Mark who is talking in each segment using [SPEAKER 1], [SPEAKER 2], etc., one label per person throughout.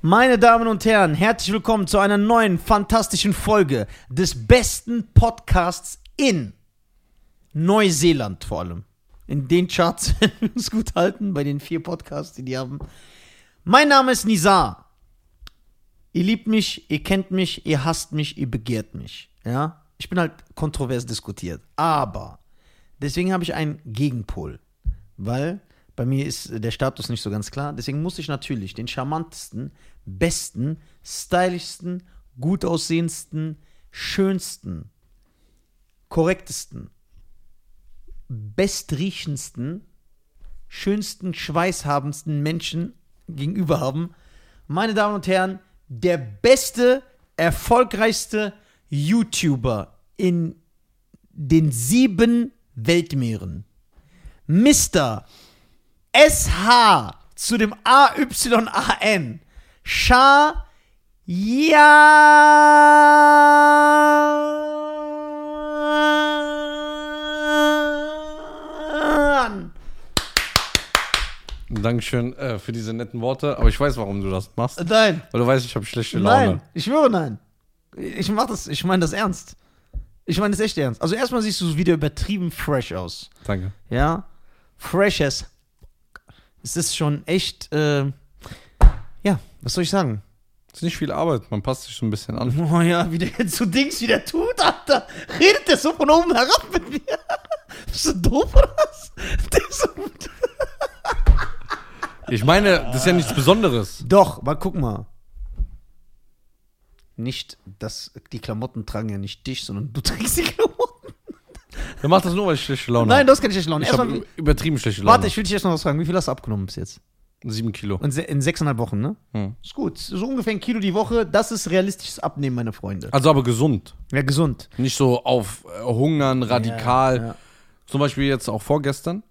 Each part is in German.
[SPEAKER 1] Meine Damen und Herren, herzlich willkommen zu einer neuen fantastischen Folge des besten Podcasts in Neuseeland vor allem. In den Charts werden wir uns gut halten, bei den vier Podcasts, die die haben. Mein Name ist Nizar. Ihr liebt mich, ihr kennt mich, ihr hasst mich, ihr begehrt mich. Ja? Ich bin halt kontrovers diskutiert. Aber deswegen habe ich einen Gegenpol. Weil bei mir ist äh, der Status nicht so ganz klar. Deswegen muss ich natürlich den charmantesten, besten, stylischsten, gut aussehendsten, schönsten, korrektesten, bestriechendsten, schönsten, schweißhabendsten Menschen gegenüber haben. Meine Damen und Herren, der beste, erfolgreichste YouTuber in den sieben Weltmeeren. Mr. SH zu dem AYAN. Sha Jan.
[SPEAKER 2] Dankeschön äh, für diese netten Worte, aber ich weiß, warum du das machst.
[SPEAKER 1] Nein.
[SPEAKER 2] Weil du weißt, ich habe schlechte Laune.
[SPEAKER 1] Nein, ich schwöre nein. Ich mach das, ich meine das ernst. Ich meine das echt ernst. Also erstmal siehst du wieder übertrieben fresh aus.
[SPEAKER 2] Danke.
[SPEAKER 1] Ja? Fresh as. Es ist schon echt, äh, ja, was soll ich sagen?
[SPEAKER 2] Ist nicht viel Arbeit, man passt sich so ein bisschen an.
[SPEAKER 1] Oh ja, wie der jetzt so Dings wieder tut, Alter. Redet der so von oben herab mit mir? Bist du doof oder was? Der ist so
[SPEAKER 2] Ich meine, das ist ja nichts Besonderes.
[SPEAKER 1] Doch, mal guck mal. Nicht, dass die Klamotten tragen ja nicht dich, sondern du trägst die Klamotten.
[SPEAKER 2] Er macht das nur, weil ich schlechte Laune
[SPEAKER 1] Nein,
[SPEAKER 2] habe.
[SPEAKER 1] das kann ich nicht lachen.
[SPEAKER 2] Ich habe
[SPEAKER 1] Erstmal,
[SPEAKER 2] übertrieben schlechte Laune.
[SPEAKER 1] warte, ich will dich erst noch was fragen. Wie viel hast du abgenommen bis jetzt?
[SPEAKER 2] Sieben Kilo.
[SPEAKER 1] In, se in sechseinhalb Wochen, ne?
[SPEAKER 2] Hm.
[SPEAKER 1] Ist gut. So ungefähr ein Kilo die Woche. Das ist realistisches Abnehmen, meine Freunde.
[SPEAKER 2] Also aber gesund.
[SPEAKER 1] Ja, gesund.
[SPEAKER 2] Nicht so auf äh, Hungern, radikal.
[SPEAKER 1] ja.
[SPEAKER 2] Zum Beispiel jetzt auch vorgestern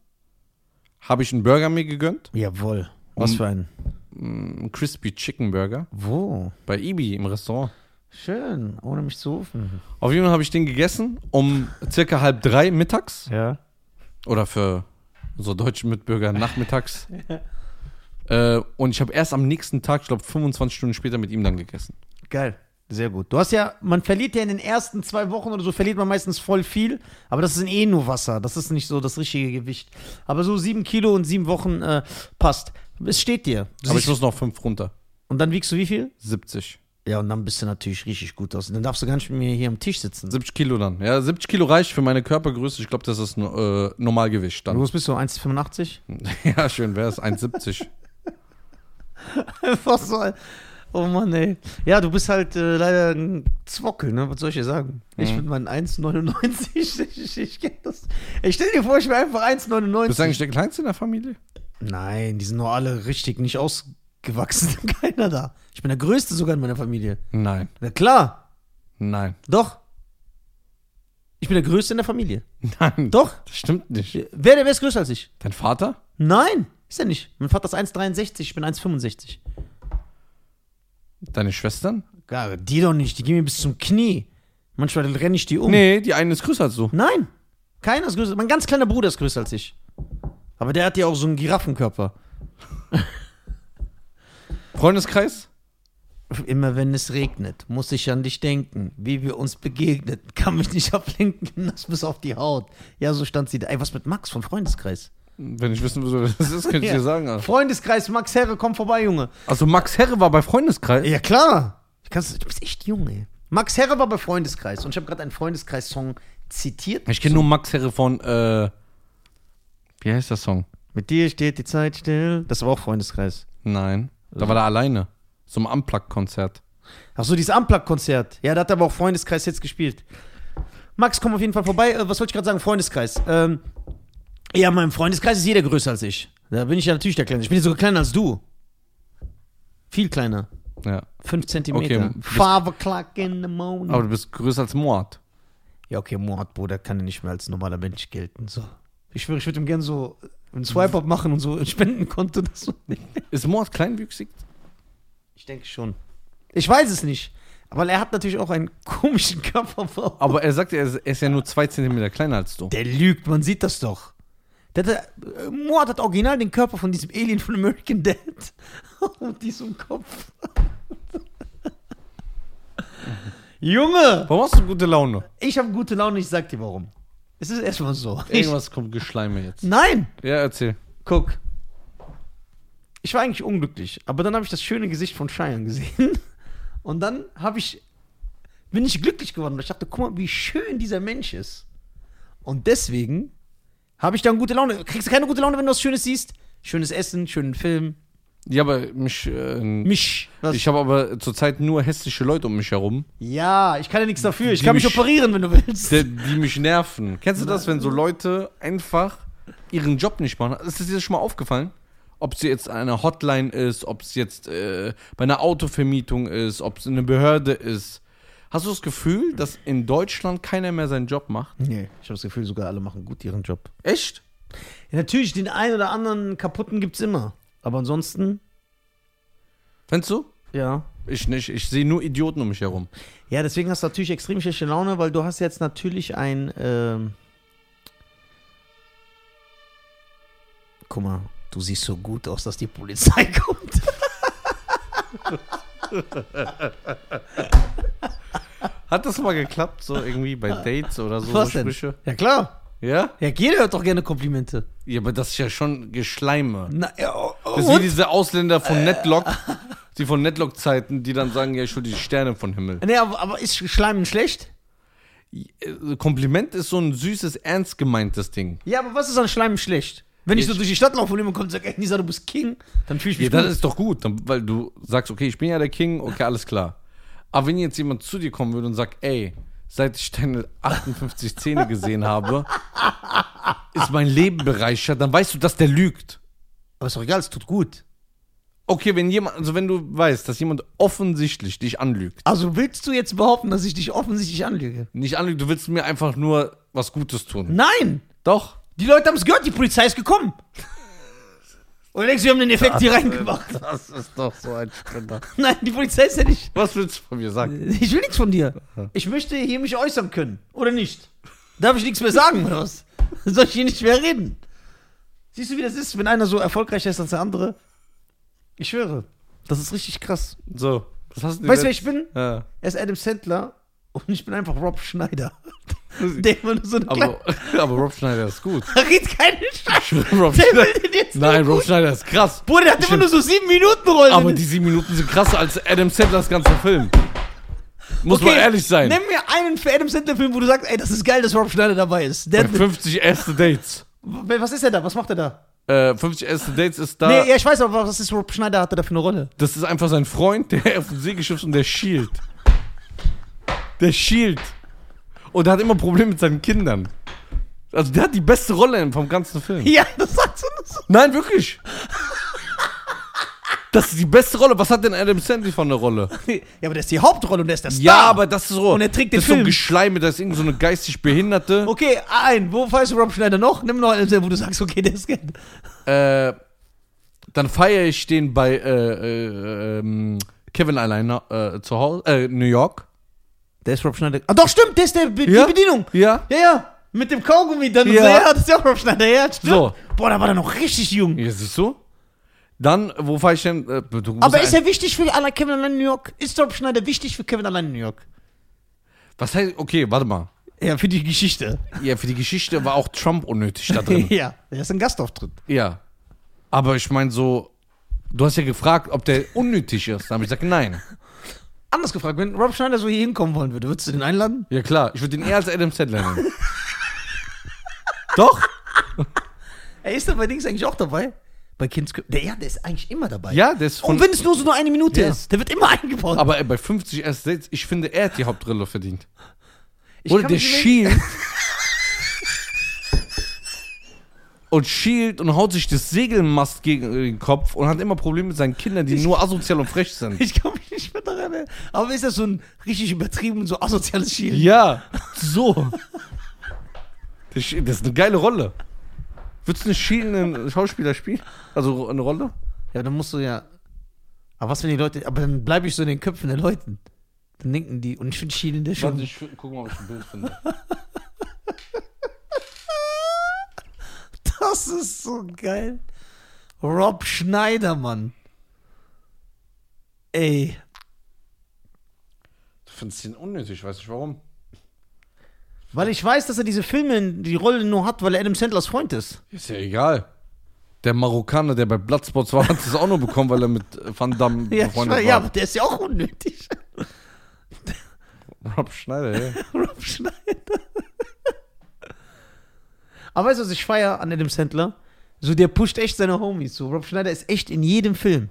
[SPEAKER 2] habe ich einen Burger mir gegönnt.
[SPEAKER 1] Jawohl. Was für ein.
[SPEAKER 2] Einen Crispy Chicken Burger.
[SPEAKER 1] Wo?
[SPEAKER 2] Bei Ibi im Restaurant.
[SPEAKER 1] Schön, ohne mich zu rufen.
[SPEAKER 2] Auf jeden Fall habe ich den gegessen um circa halb drei mittags.
[SPEAKER 1] Ja.
[SPEAKER 2] oder für so deutsche Mitbürger nachmittags. äh, und ich habe erst am nächsten Tag, ich glaube 25 Stunden später, mit ihm dann gegessen.
[SPEAKER 1] Geil. Sehr gut. Du hast ja, man verliert ja in den ersten zwei Wochen oder so, verliert man meistens voll viel, aber das ist eh nur Wasser. Das ist nicht so das richtige Gewicht. Aber so sieben Kilo und sieben Wochen äh, passt. Es steht dir. Du
[SPEAKER 2] Aber ich
[SPEAKER 1] siehst-
[SPEAKER 2] muss noch fünf runter.
[SPEAKER 1] und dann wiegst du wie viel?
[SPEAKER 2] 70.
[SPEAKER 1] Ja, und dann bist du natürlich richtig gut aus. Und dann darfst du gar nicht mit mir hier am Tisch sitzen.
[SPEAKER 2] 70 Kilo dann. Ja, 70 Kilo reicht für meine Körpergröße. Ich glaube, das ist äh, Normalgewicht
[SPEAKER 1] Wie
[SPEAKER 2] dann.
[SPEAKER 1] groß bist du? 1,85?
[SPEAKER 2] ja, schön wäre es. 1,70.
[SPEAKER 1] Was soll. Oh Mann, ey. Ja, du bist halt äh, leider ein Zwockel, ne? Was soll ich dir sagen?
[SPEAKER 2] Mhm.
[SPEAKER 1] Ich bin mein 1,99. Ich, ich kenn das. Ich stell dir vor, ich bin einfach 1,99.
[SPEAKER 2] Bist du eigentlich der Kleinste in der Familie?
[SPEAKER 1] Nein, die sind nur alle richtig nicht ausgewachsen. Keiner da. Ich bin der Größte sogar in meiner Familie.
[SPEAKER 2] Nein.
[SPEAKER 1] Na klar,
[SPEAKER 2] Nein.
[SPEAKER 1] doch. Ich bin der Größte in der Familie.
[SPEAKER 2] Nein.
[SPEAKER 1] Doch.
[SPEAKER 2] Das stimmt nicht.
[SPEAKER 1] Wer, wer ist größer als ich?
[SPEAKER 2] Dein Vater?
[SPEAKER 1] Nein, ist er nicht. Mein Vater ist 1,63, ich bin 1,65.
[SPEAKER 2] Deine Schwestern?
[SPEAKER 1] Gar, die doch nicht, die gehen mir bis zum Knie. Manchmal renne ich die um.
[SPEAKER 2] Nee, die eine ist größer als du.
[SPEAKER 1] Nein, keiner ist größer. Mein ganz kleiner Bruder ist größer als ich. Aber der hat ja auch so einen Giraffenkörper.
[SPEAKER 2] Freundeskreis?
[SPEAKER 1] Immer wenn es regnet, muss ich an dich denken. Wie wir uns begegnet, kann mich nicht ablenken, das bis auf die Haut. Ja, so stand sie da. Ey, was mit Max vom Freundeskreis?
[SPEAKER 2] Wenn ich wissen würde, wer das ist, könnte ich
[SPEAKER 1] Ja.
[SPEAKER 2] dir sagen. Alter.
[SPEAKER 1] Freundeskreis, Max Herre, komm vorbei, Junge.
[SPEAKER 2] Also Max Herre war bei Freundeskreis?
[SPEAKER 1] Ja, klar. Ich kann's, du bist echt jung, ey. Max Herre war bei Freundeskreis und ich habe gerade einen Freundeskreis-Song zitiert.
[SPEAKER 2] Ich kenne nur Max Herre von, äh, wie heißt der Song?
[SPEAKER 1] Mit dir steht die Zeit still. Das war auch Freundeskreis.
[SPEAKER 2] Nein. Da war er alleine. Zum Unplugged-Konzert.
[SPEAKER 1] Ach so, dieses Unplugged-Konzert. Ja, da hat aber auch Freundeskreis jetzt gespielt. Max, komm auf jeden Fall vorbei. Äh, was wollte ich gerade sagen? Freundeskreis. Ähm, ja, in meinem Freundeskreis ist jeder größer als ich. Da bin ich ja natürlich der Kleine. Ich bin ja sogar kleiner als du. Viel kleiner.
[SPEAKER 2] Ja.
[SPEAKER 1] Fünf Zentimeter.
[SPEAKER 2] bist-
[SPEAKER 1] Five o'clock in the morning.
[SPEAKER 2] Aber du bist größer als Moat.
[SPEAKER 1] ja, okay, Mord, Bruder, kann ja nicht mehr als normaler Mensch gelten. So. Ich schwöre, ich würde ihm gerne so einen Swipe-Up machen und so ein Spendenkonto. Das so.
[SPEAKER 2] Ist Moat kleinwüchsig?
[SPEAKER 1] Ich denke schon. Ich weiß es nicht. Aber er hat natürlich auch einen komischen Körperbau.
[SPEAKER 2] Aber er sagt, er ist, er ist ja nur zwei Zentimeter kleiner als du.
[SPEAKER 1] Der lügt, man sieht das doch. Der, der, äh, Moat hat original den Körper von diesem Alien von American Dad. Auf diesem Kopf. Junge,
[SPEAKER 2] Warum hast du gute Laune?
[SPEAKER 1] ich habe gute Laune, ich sag dir warum. Es ist erstmal so. Ich,
[SPEAKER 2] Irgendwas kommt Geschleime jetzt.
[SPEAKER 1] nein,
[SPEAKER 2] Ja, erzähl.
[SPEAKER 1] guck. Ich war eigentlich unglücklich, aber dann habe ich das schöne Gesicht von Cheyenne gesehen und dann habe ich bin ich glücklich geworden, weil ich dachte, guck mal, wie schön dieser Mensch ist. Und deswegen habe ich dann gute Laune. Kriegst du keine gute Laune, wenn du was Schönes siehst? Schönes Essen, schönen Film.
[SPEAKER 2] Ja, aber mich. Äh,
[SPEAKER 1] Mich. Was?
[SPEAKER 2] Ich habe aber zurzeit nur hässliche Leute um mich herum,
[SPEAKER 1] ja, ich kann ja nichts dafür. Ich
[SPEAKER 2] Die
[SPEAKER 1] kann mich
[SPEAKER 2] mich-
[SPEAKER 1] operieren, wenn du willst.
[SPEAKER 2] die, die mich nerven. Kennst du das, wenn so Leute einfach ihren Job nicht machen? Ist es dir schon mal aufgefallen? Ob es jetzt eine Hotline ist, ob es jetzt äh, bei einer Autovermietung ist, ob es eine Behörde ist. Hast du das Gefühl, dass in Deutschland keiner mehr seinen Job macht?
[SPEAKER 1] Nee, ich habe das Gefühl, sogar alle machen gut ihren Job.
[SPEAKER 2] Echt?
[SPEAKER 1] Ja, natürlich, den einen oder anderen kaputten gibt's immer. Aber ansonsten,
[SPEAKER 2] Findest du?
[SPEAKER 1] ja.
[SPEAKER 2] Ich nicht. Ich sehe nur Idioten um mich herum.
[SPEAKER 1] Ja, deswegen hast du natürlich extrem schlechte Laune, weil du hast jetzt natürlich ein. Ähm Guck mal, du siehst so gut aus, dass die Polizei kommt.
[SPEAKER 2] Hat das mal geklappt, so irgendwie bei Dates oder so? so Sprüche?
[SPEAKER 1] Ja, klar.
[SPEAKER 2] Ja?
[SPEAKER 1] Ja, jeder hört doch gerne Komplimente.
[SPEAKER 2] Ja, aber das ist ja schon Geschleime.
[SPEAKER 1] Na, ja, oh, oh,
[SPEAKER 2] Das ist wie
[SPEAKER 1] und?
[SPEAKER 2] diese Ausländer von Netlock, die von Netlock-Zeiten, die dann sagen, ja, ich hol die Sterne vom Himmel.
[SPEAKER 1] Nee, aber, aber ist Schleimen schlecht?
[SPEAKER 2] Äh, Kompliment ist so ein süßes, ernst gemeintes Ding.
[SPEAKER 1] Ja, aber was ist an Schleimen schlecht? Wenn ich, so
[SPEAKER 2] Ich-
[SPEAKER 1] durch die Stadt laufe und jemand kommt und sagt, ey, Nisa, du bist King, dann fühle ich mich
[SPEAKER 2] Ja, das
[SPEAKER 1] gut.
[SPEAKER 2] ist doch gut, dann, weil du sagst, okay, ich bin ja der King, okay, alles klar. Aber wenn jetzt jemand zu dir kommen würde und sagt, ey, seit ich deine 58 Zähne gesehen habe, ist mein Leben bereichert, dann weißt du, dass der lügt.
[SPEAKER 1] Aber ist doch egal, es tut gut.
[SPEAKER 2] Okay, wenn jemand, also wenn du weißt, dass jemand offensichtlich dich anlügt,
[SPEAKER 1] Also willst du jetzt behaupten, dass ich dich offensichtlich anlüge?
[SPEAKER 2] nicht anlügt, du willst mir einfach nur was Gutes tun.
[SPEAKER 1] Nein!
[SPEAKER 2] Doch.
[SPEAKER 1] Die Leute haben es gehört, die Polizei ist gekommen. Und denkst du, wir haben den Effekt hier reingemacht?
[SPEAKER 2] Das ist doch so ein Spinner.
[SPEAKER 1] Nein, die Polizei ist ja nicht.
[SPEAKER 2] Was willst du von mir sagen?
[SPEAKER 1] Ich will nichts von dir. Ich möchte hier mich äußern können. Oder nicht? Darf ich nichts mehr sagen, oder was? Soll ich hier nicht mehr reden? Siehst du, wie das ist, wenn einer so erfolgreicher ist als der andere? Ich schwöre. Das ist richtig krass.
[SPEAKER 2] So, was hast du
[SPEAKER 1] Weißt du, wer ich bin?
[SPEAKER 2] Ja.
[SPEAKER 1] Er ist Adam Sandler und ich bin einfach Rob Schneider. Der immer nur so eine kleine.
[SPEAKER 2] Aber, aber Rob Schneider ist gut.
[SPEAKER 1] Red keine Scheiße.
[SPEAKER 2] Rob
[SPEAKER 1] Der
[SPEAKER 2] Schneider.
[SPEAKER 1] will den jetzt nur
[SPEAKER 2] Nein, Rob Schneider ist krass.
[SPEAKER 1] Bruder, der hat immer nur so sieben Minuten Rollen.
[SPEAKER 2] Aber die sieben Minuten sind krasser als Adam Sandlers ganzer Film. Muss man ehrlich sein.
[SPEAKER 1] Nimm mir einen für Adam Sandler Film, wo du sagst, ey, das ist geil, dass Rob Schneider dabei ist. Der,
[SPEAKER 2] 50 erste Dates.
[SPEAKER 1] w- was ist er da? Was macht er da?
[SPEAKER 2] Äh, 50 erste Dates ist da.
[SPEAKER 1] Nee, ja, ich weiß aber, was ist Rob Schneider, hat er da für eine Rolle?
[SPEAKER 2] Das ist einfach sein Freund, der auf dem Segelschiff ist und der schielt. Der schielt. Und er hat immer Probleme mit seinen Kindern. Also der hat die beste Rolle vom ganzen Film.
[SPEAKER 1] Ja, das sagst du so.
[SPEAKER 2] Nein, wirklich. Das ist die beste Rolle. Was hat denn Adam Sandler von der Rolle?
[SPEAKER 1] Ja, aber der ist die Hauptrolle und der ist der Star.
[SPEAKER 2] Ja, aber das ist so.
[SPEAKER 1] Und er trägt den
[SPEAKER 2] das ist so ein
[SPEAKER 1] Film.
[SPEAKER 2] Geschleime, das ist irgend so eine geistig Behinderte.
[SPEAKER 1] Okay, ein, wo weißt du Rob Schneider noch? Nimm noch einen, wo du sagst, okay, der ist geil.
[SPEAKER 2] Äh, dann feiere ich den bei äh, äh, ähm, Kevin alleine äh, zu Hause, äh, New York.
[SPEAKER 1] Der ist Rob Schneider. Ah, doch, stimmt, der ist der, Be-
[SPEAKER 2] Ja?
[SPEAKER 1] die Bedienung.
[SPEAKER 2] Ja.
[SPEAKER 1] Ja, ja, mit dem Kaugummi dann. und
[SPEAKER 2] Ja.
[SPEAKER 1] So, ja, das ist ja auch Rob Schneider, ja, stimmt.
[SPEAKER 2] So.
[SPEAKER 1] Boah, da war der noch richtig jung.
[SPEAKER 2] Ja, siehst du? Dann, wo fahre ich denn? Äh, du musst
[SPEAKER 1] Aber ist
[SPEAKER 2] ein-
[SPEAKER 1] er wichtig für alle- Kevin allein in New York? Ist Rob Schneider wichtig für Kevin allein in New York?
[SPEAKER 2] Was heißt, okay, warte mal.
[SPEAKER 1] Ja, für die Geschichte.
[SPEAKER 2] Ja, für die Geschichte war auch Trump unnötig da drin.
[SPEAKER 1] ja, der ist ein Gastauftritt.
[SPEAKER 2] ja. Aber ich meine so, du hast ja gefragt, ob der unnötig ist. Dann habe ich gesagt, nein.
[SPEAKER 1] Anders gefragt, wenn Rob Schneider so hier hinkommen wollen würde, würdest du den einladen?
[SPEAKER 2] Ja klar, ich würde den eher als Adam Sandler nennen. Doch?
[SPEAKER 1] Er ist da bei Dings eigentlich auch dabei. Bei Kinds. Der, ja, der ist eigentlich immer dabei.
[SPEAKER 2] Ja, der ist von.
[SPEAKER 1] Und wenn es nur so nur eine Minute
[SPEAKER 2] Ja.
[SPEAKER 1] ist, der wird immer eingebaut.
[SPEAKER 2] aber äh, bei 50 erst sechs, ich finde, er hat die Hauptrolle verdient.
[SPEAKER 1] ich
[SPEAKER 2] Oder
[SPEAKER 1] kann
[SPEAKER 2] der
[SPEAKER 1] mich nicht-
[SPEAKER 2] schielt. und schielt und haut sich das Segelmast gegen den Kopf und hat immer Probleme mit seinen Kindern, die nur asozial und frech sind.
[SPEAKER 1] Ich kann mich nicht mehr daran erinnern. Aber ist das so ein richtig übertrieben, so asoziales Schild?
[SPEAKER 2] Ja, so. Das, Schiel- das ist eine geile Rolle. Würdest du einen schielenden Schauspieler spielen? Also eine Rolle?
[SPEAKER 1] Ja, dann musst du ja. Aber was, wenn die Leute. Aber dann bleibe ich so in den Köpfen der Leuten. Dann denken die. Und ich finde Schielen der schon.
[SPEAKER 2] ich guck mal, ob ich ein Bild finde.
[SPEAKER 1] Das ist so geil. Rob Schneider, Mann. Ey.
[SPEAKER 2] Du finde es unnötig, ich weiß nicht warum.
[SPEAKER 1] Weil ich weiß, dass er diese Filme, die Rolle nur hat, weil er Adam Sandlers Freund ist.
[SPEAKER 2] Ist ja egal. Der Marokkaner, der bei Bloodsports war, hat es auch nur bekommen, weil er mit äh, Van Damme
[SPEAKER 1] Ja, ich
[SPEAKER 2] befreundet
[SPEAKER 1] weiß, ja, aber
[SPEAKER 2] war.
[SPEAKER 1] der ist ja auch unnötig.
[SPEAKER 2] Rob Schneider, ey.
[SPEAKER 1] Rob Schneider. Aber weißt du, was ich feier an Adam Sandler? So, der pusht echt seine Homies. So, Rob Schneider ist echt in jedem Film.